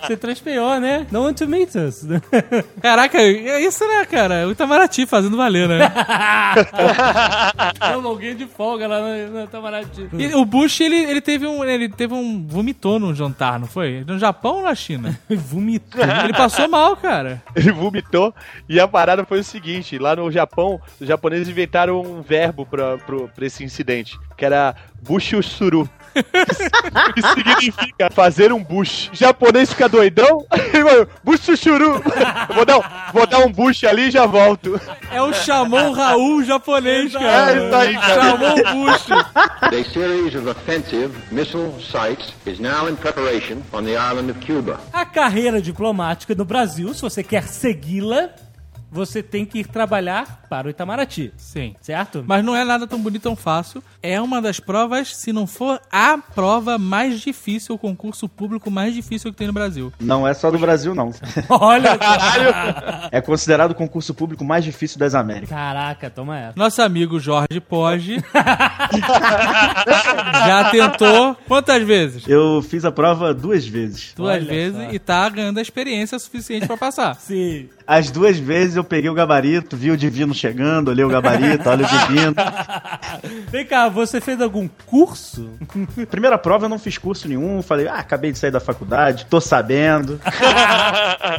S2: Você transpirou, né? No one to meet us.
S6: Caraca, é isso, né, cara? O Itamaraty fazendo valer, né?
S2: Tava alguém um de folga lá no, no Itamaraty.
S6: E o Bush, ele, ele teve um. Ele teve um. vomitou num jantar, não foi? No Japão ou na China?
S2: Vomitou.
S6: Ele passou mal, cara.
S4: Ele vomitou e a parada foi o seguinte: lá no Japão, os japoneses inventaram um verbo pra, pro- pra esse incidente, que era bushusuru. que significa fazer um bush. O japonês fica doidão, ele vai, bush chuchuru. Eu Vou dar, um- vou dar um bush ali e já volto.
S6: É o chamou Raul japonês, cara.
S4: É isso aí, cara.
S6: Chamou o Bush.
S8: A series of offensive missile sites is now in preparation on the island of Cuba.
S2: A carreira diplomática no Brasil, se você quer segui-la, você tem que ir trabalhar para o Itamaraty,
S6: Sim.
S2: certo?
S6: Mas não é nada tão bonito, tão fácil. É uma das provas, se não for a prova mais difícil, o concurso público mais difícil que tem no Brasil.
S5: Não é só do Brasil, não.
S2: Olha,
S5: É considerado o concurso público mais difícil das Américas.
S2: caraca, toma essa.
S6: Nosso amigo Jorge Poggi já tentou quantas vezes?
S5: Eu fiz a prova duas vezes.
S6: Duas
S2: Olha
S6: vezes
S2: só.
S6: e tá ganhando a experiência suficiente pra passar.
S2: Sim.
S5: As duas vezes eu peguei o gabarito, vi o divino chegando, olhei o gabarito, olha o divino.
S2: Vem cá, você fez algum curso?
S5: Primeira prova eu não fiz curso nenhum, falei, ah, acabei de sair da faculdade, tô sabendo.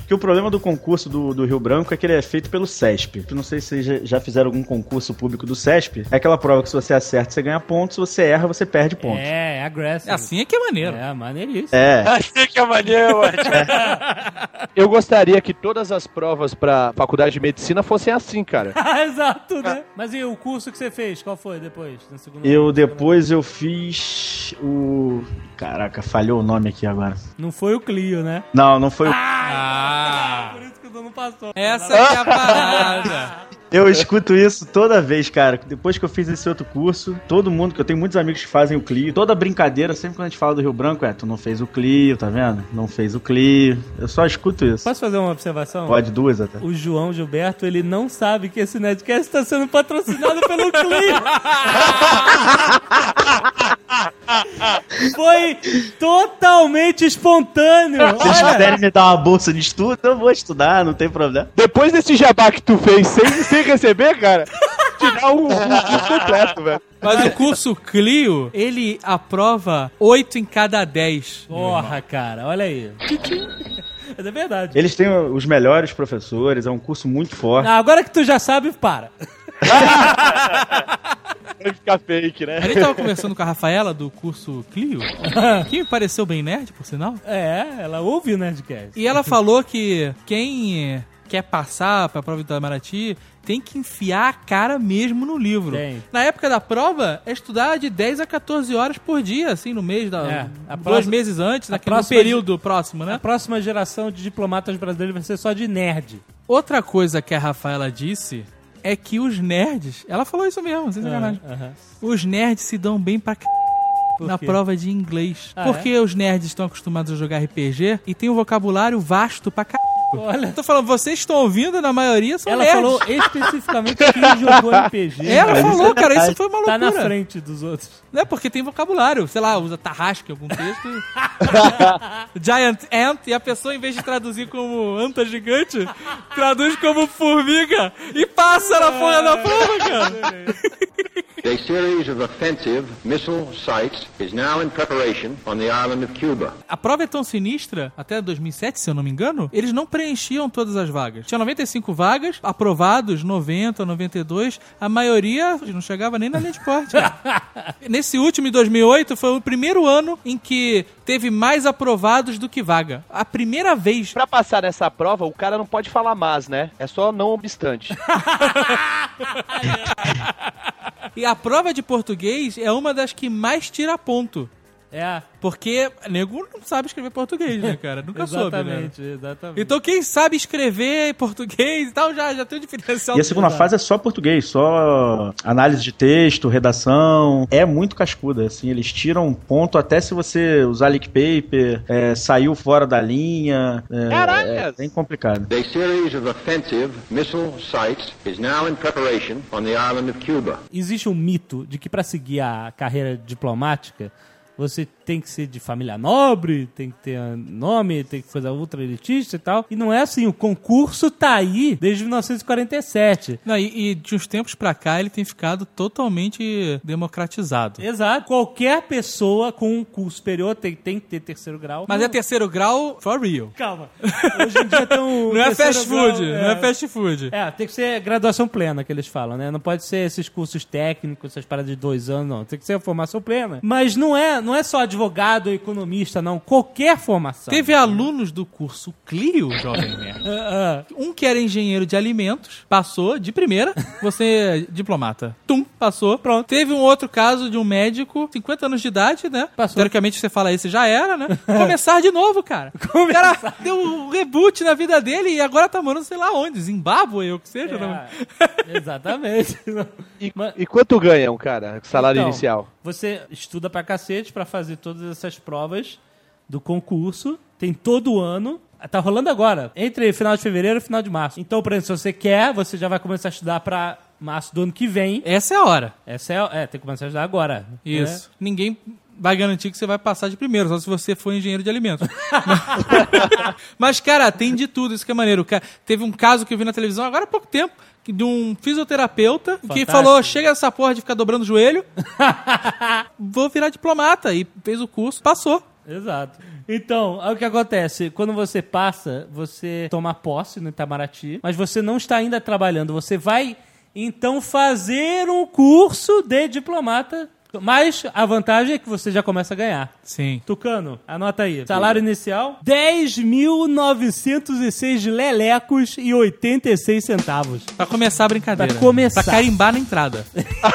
S5: Porque o problema do concurso do, do Rio Branco é que ele é feito pelo SESP. Eu não sei se vocês já- já fizeram algum concurso público do SESP. É aquela prova que se você acerta, você ganha ponto, se você erra, você perde ponto. É.
S2: É, é agressivo.
S6: Assim é que é maneiro.
S2: É, maneiríssimo.
S5: É,
S12: Assim que é maneiro, mano.
S13: Eu gostaria que todas as provas pra faculdade de medicina fossem assim, cara.
S2: Exato, né? Mas e o curso que você fez? Qual foi depois? No segundo
S5: eu depois eu fiz o... Caraca, falhou o nome aqui agora.
S2: Não foi o Clio, né?
S5: Não, não foi o...
S6: Ah,
S2: Por isso que o dono passou.
S6: essa que é a parada.
S5: Eu escuto isso toda vez, cara. Depois que eu fiz esse outro curso, todo mundo, que eu tenho muitos amigos que fazem o Clio, toda brincadeira, sempre quando a gente fala do Rio Branco, é, tu não fez o Clio, tá vendo? Não fez o Clio. Eu só escuto isso.
S2: Posso fazer uma observação?
S5: Pode duas até.
S2: O João Gilberto, ele não sabe que esse Nerdcast está sendo patrocinado pelo Clio. Foi totalmente espontâneo.
S5: Se vocês
S2: Olha,
S5: quiserem me dar uma bolsa de estudo, eu vou estudar, não tem problema.
S4: Depois desse jabá que tu fez sem, sem receber, cara, te dá um, um, curso completo, velho.
S6: Mas o curso Clio, ele aprova 8 em cada 10.
S2: porra, cara, olha aí. Mas é verdade.
S5: Eles têm os melhores professores, é um curso muito forte.
S2: Ah, agora que tu já sabe, para.
S4: Vai ficar fake, né?
S6: A gente tava conversando com a Rafaela do curso Clio, que me pareceu bem nerd, por sinal.
S2: É, ela ouve o Nerdcast.
S6: E ela falou que quem quer passar pra prova do Itamaraty tem que enfiar a cara mesmo no livro.
S2: Tem.
S6: Na época da prova, é estudar de 10 a 14 horas por dia, assim, no mês, da,
S2: É, a
S6: dois
S2: próxima-
S6: meses antes,
S2: a
S6: naquele
S2: próxima- É.
S6: período próximo,
S2: A
S6: né?
S2: próxima geração de diplomatas brasileiros vai ser só de nerd.
S6: Outra coisa que a Rafaela disse é que os nerds... Ela falou isso mesmo, sem sacanagem.
S2: Ah, Aham.
S6: Os nerds se dão bem pra c...
S2: Por
S6: na
S2: quê?
S6: prova de inglês.
S2: Ah,
S6: porque os nerds estão acostumados a jogar RPG e tem um vocabulário vasto pra c...
S2: Olha,
S6: Tô falando, vocês estão ouvindo, na maioria são
S2: ela
S6: nerds.
S2: falou especificamente quem jogou RPG.
S6: Ela
S5: Mas
S6: falou,
S5: isso é
S6: cara,
S5: verdade.
S6: isso foi uma
S2: Tá
S6: loucura.
S2: na frente dos outros.
S6: Né? Porque tem vocabulário. Sei lá, usa tarrasque em algum texto. Giant Ant. E a pessoa, em vez de traduzir como anta gigante, traduz como formiga e passa na porra da prova, cara.
S8: A series of offensive missile sites is now in preparation on the island of Cuba.
S6: A prova é tão sinistra, até 2007, se eu não me engano, eles não preenchiam todas as vagas. Tinha 95 vagas, aprovados 90, 92, a maioria não chegava nem na linha de corte. cara. Nesse último, em 2008, foi o primeiro ano em que teve mais aprovados do que vaga. A primeira vez.
S13: Pra passar nessa prova, o cara não pode falar mas, né? É só não obstante.
S6: E a prova de português é uma das que mais tira ponto.
S2: É,
S6: Porque nego não sabe escrever português, né, cara? Nunca soube, né?
S2: exatamente, exatamente.
S6: Então quem sabe escrever em português e tal, já, já tem um diferencial.
S5: E a segunda fase é só português, só análise de texto, redação. É muito cascuda, assim, eles tiram ponto até se você usar leak paper, é, saiu fora da linha. É, é
S13: Caracas!
S5: bem complicado.
S8: A series of offensive missile sites is now in preparation on the island of Cuba.
S2: Existe um mito de que pra seguir a carreira diplomática, você tem que ser de família nobre, tem que ter ah, nome, tem que fazer ultra elitista e tal. E não é assim, o concurso tá aí desde 1947.
S6: Não, e, e de uns tempos pra cá ele tem ficado totalmente democratizado.
S2: Exato. Qualquer pessoa com um curso superior tem, tem que ter terceiro grau.
S6: Mas é terceiro grau for real.
S2: Calma. Hoje em dia tem É um.
S6: Não é
S2: terceiro
S6: fast
S2: grau,
S6: food, não é fast food.
S2: É, tem que ser graduação plena que eles falam, né? Não pode ser esses cursos técnicos, essas paradas de dois anos, não. Tem que ser a formação plena. Mas não é, não é só advogado ou economista, não. Qualquer formação.
S6: Teve alunos do curso Clio, jovem merda.
S2: Ah, ah.
S6: Um que era engenheiro de alimentos, passou de primeira, você é diplomata. Tum, passou, pronto. Teve um outro caso de um médico, 50 anos de idade, né?
S2: Passou.
S6: Teoricamente você fala isso, já era, né? Começar de novo, cara. O cara deu um reboot na vida dele e agora tá morando sei lá onde, Zimbábue ou o que seja. né?
S2: É, exatamente.
S4: E,
S2: Mas-
S4: e quanto ganha um cara, salário
S2: Então,
S4: inicial?
S2: Você estuda pra cacete pra fazer todas essas provas do concurso. Tem todo ano. Tá rolando agora, entre final de fevereiro e final de março. Então, por exemplo, se você quer, você já vai começar a estudar pra março do ano que vem.
S6: Essa é a hora.
S2: Essa é, é tem que começar a estudar agora. né?
S6: Isso. Ninguém vai garantir que você vai passar de primeiro, só se você for engenheiro de alimentos. Mas, cara, tem de tudo, isso que é maneiro. Ca- Teve um caso que eu vi na televisão agora há pouco tempo, que- de um fisioterapeuta que
S2: Fantástico.
S6: falou: chega essa porra de ficar dobrando o joelho, vou virar diplomata. E fez o curso, passou.
S2: Exato. Então, aí o que acontece? Quando você passa, você toma posse no Itamaraty, mas você não está ainda trabalhando. Você vai, então, fazer um curso de diplomata. Mas a vantagem é que você já começa a ganhar.
S6: Sim.
S2: Tucano, anota aí. Salário inicial: 10.906 lelecos e 86 centavos.
S6: Pra começar a brincadeira.
S2: Pra começar.
S6: Pra carimbar na entrada.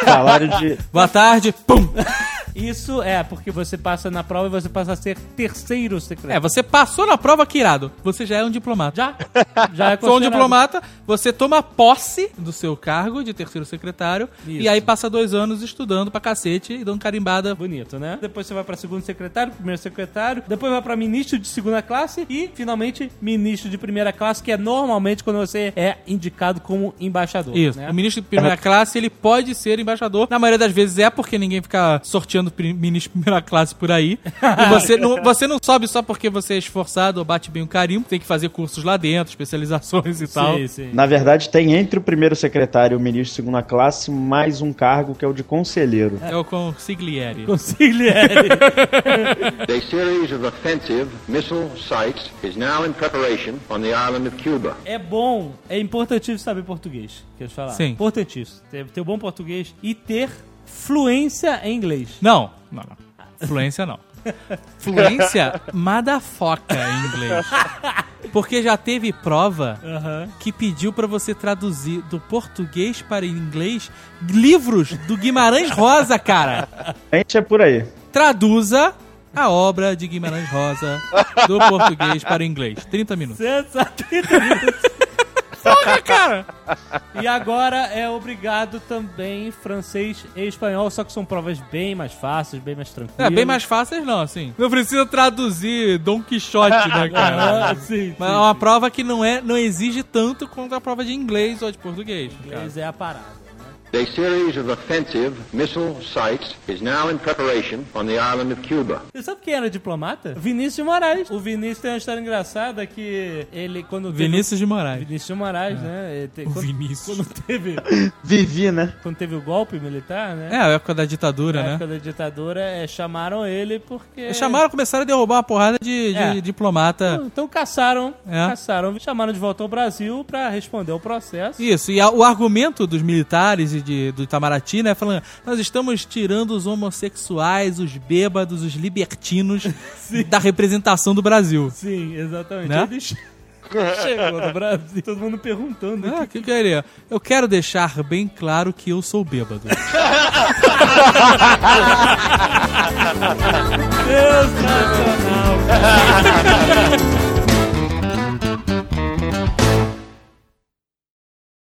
S5: Salário de.
S6: Boa tarde, pum!
S2: Isso é porque você passa na prova e você passa a ser terceiro
S6: É,
S2: secretário.
S6: você passou na prova, que irado. Você já é um diplomata.
S2: Já? Já é
S6: Sou um
S2: considerado.
S6: diplomata, você toma posse do seu cargo de terceiro secretário e
S2: Isso.
S6: aí passa dois anos estudando pra cacete e dando carimbada.
S2: Bonito, né? Depois você vai pra segundo secretário, primeiro secretário, depois vai pra ministro de segunda classe e, finalmente, ministro de primeira classe, que é normalmente quando você é indicado como embaixador.
S6: Isso.
S2: né?
S6: O ministro de primeira classe, ele pode ser embaixador. Na maioria das vezes é porque ninguém fica sorteando pri- ministro de primeira classe por aí. E você não, você não sobe só porque você é esforçado ou bate bem o carimbo. Tem que fazer cursos lá dentro, especializações e tal.
S2: Sim, sim.
S9: Na verdade, tem entre o primeiro secretário e o ministro de segunda classe mais um cargo que é o de conselheiro.
S6: É o consigliere.
S2: Consigliere.
S8: A series of offensive missile sites is now in preparation on the island of Cuba.
S2: É bom, é importantíssimo saber português, que eu te falar.
S6: Sim.
S2: Importantíssimo. Ter, ter bom português e ter fluência em inglês.
S6: Não, não, não. Fluência não. Fluência madafoca em inglês. Porque já teve prova que pediu pra você traduzir do português para inglês livros do Guimarães Rosa, cara.
S9: A gente é por aí.
S6: Traduza a obra de Guimarães Rosa do português para o inglês. 30 minutos.
S2: Sensacional.
S6: Porra, cara!
S2: E agora é obrigado também francês e espanhol, só que são provas bem mais fáceis, bem mais
S6: É,
S2: tranquilas.
S6: bem mais fáceis não, assim. Não precisa traduzir Dom Quixote, né, cara?
S2: Ah, sim,
S6: Mas
S2: sim.
S6: é uma prova que não, é, não exige tanto quanto a prova de inglês ou de português. cara.
S2: Inglês é a parada.
S8: A series of offensive missile sites is now in preparation on the island of Cuba.
S2: Você sabe quem era diplomata? Vinícius de Moraes. O Vinícius tem uma história engraçada que ele, quando teve-
S6: Vinícius de Moraes.
S2: Vinícius de Moraes, né? Ele te-
S6: O
S2: quando-
S6: Vinícius.
S2: Quando teve,
S9: Vivi, né?
S2: quando teve o golpe militar, né?
S6: É, a época da ditadura,
S2: Na
S6: né?
S2: época da ditadura, é, chamaram ele porque.
S6: Eles Chamaram, começaram a derrubar uma porrada de, de
S2: É.
S6: diplomata.
S2: Então caçaram,
S6: É.
S2: caçaram, chamaram de volta ao Brasil pra responder ao processo.
S6: Isso, e a- o argumento dos militares e de, do Itamaraty, né, falando, nós estamos tirando os homossexuais, os bêbados, os libertinos da representação do Brasil.
S2: Sim, exatamente.
S6: Né?
S2: Ele che- chegou no Brasil, É. todo mundo perguntando.
S6: Ah, que queria? Eu quero deixar bem claro que eu sou bêbado.
S2: Sensacional!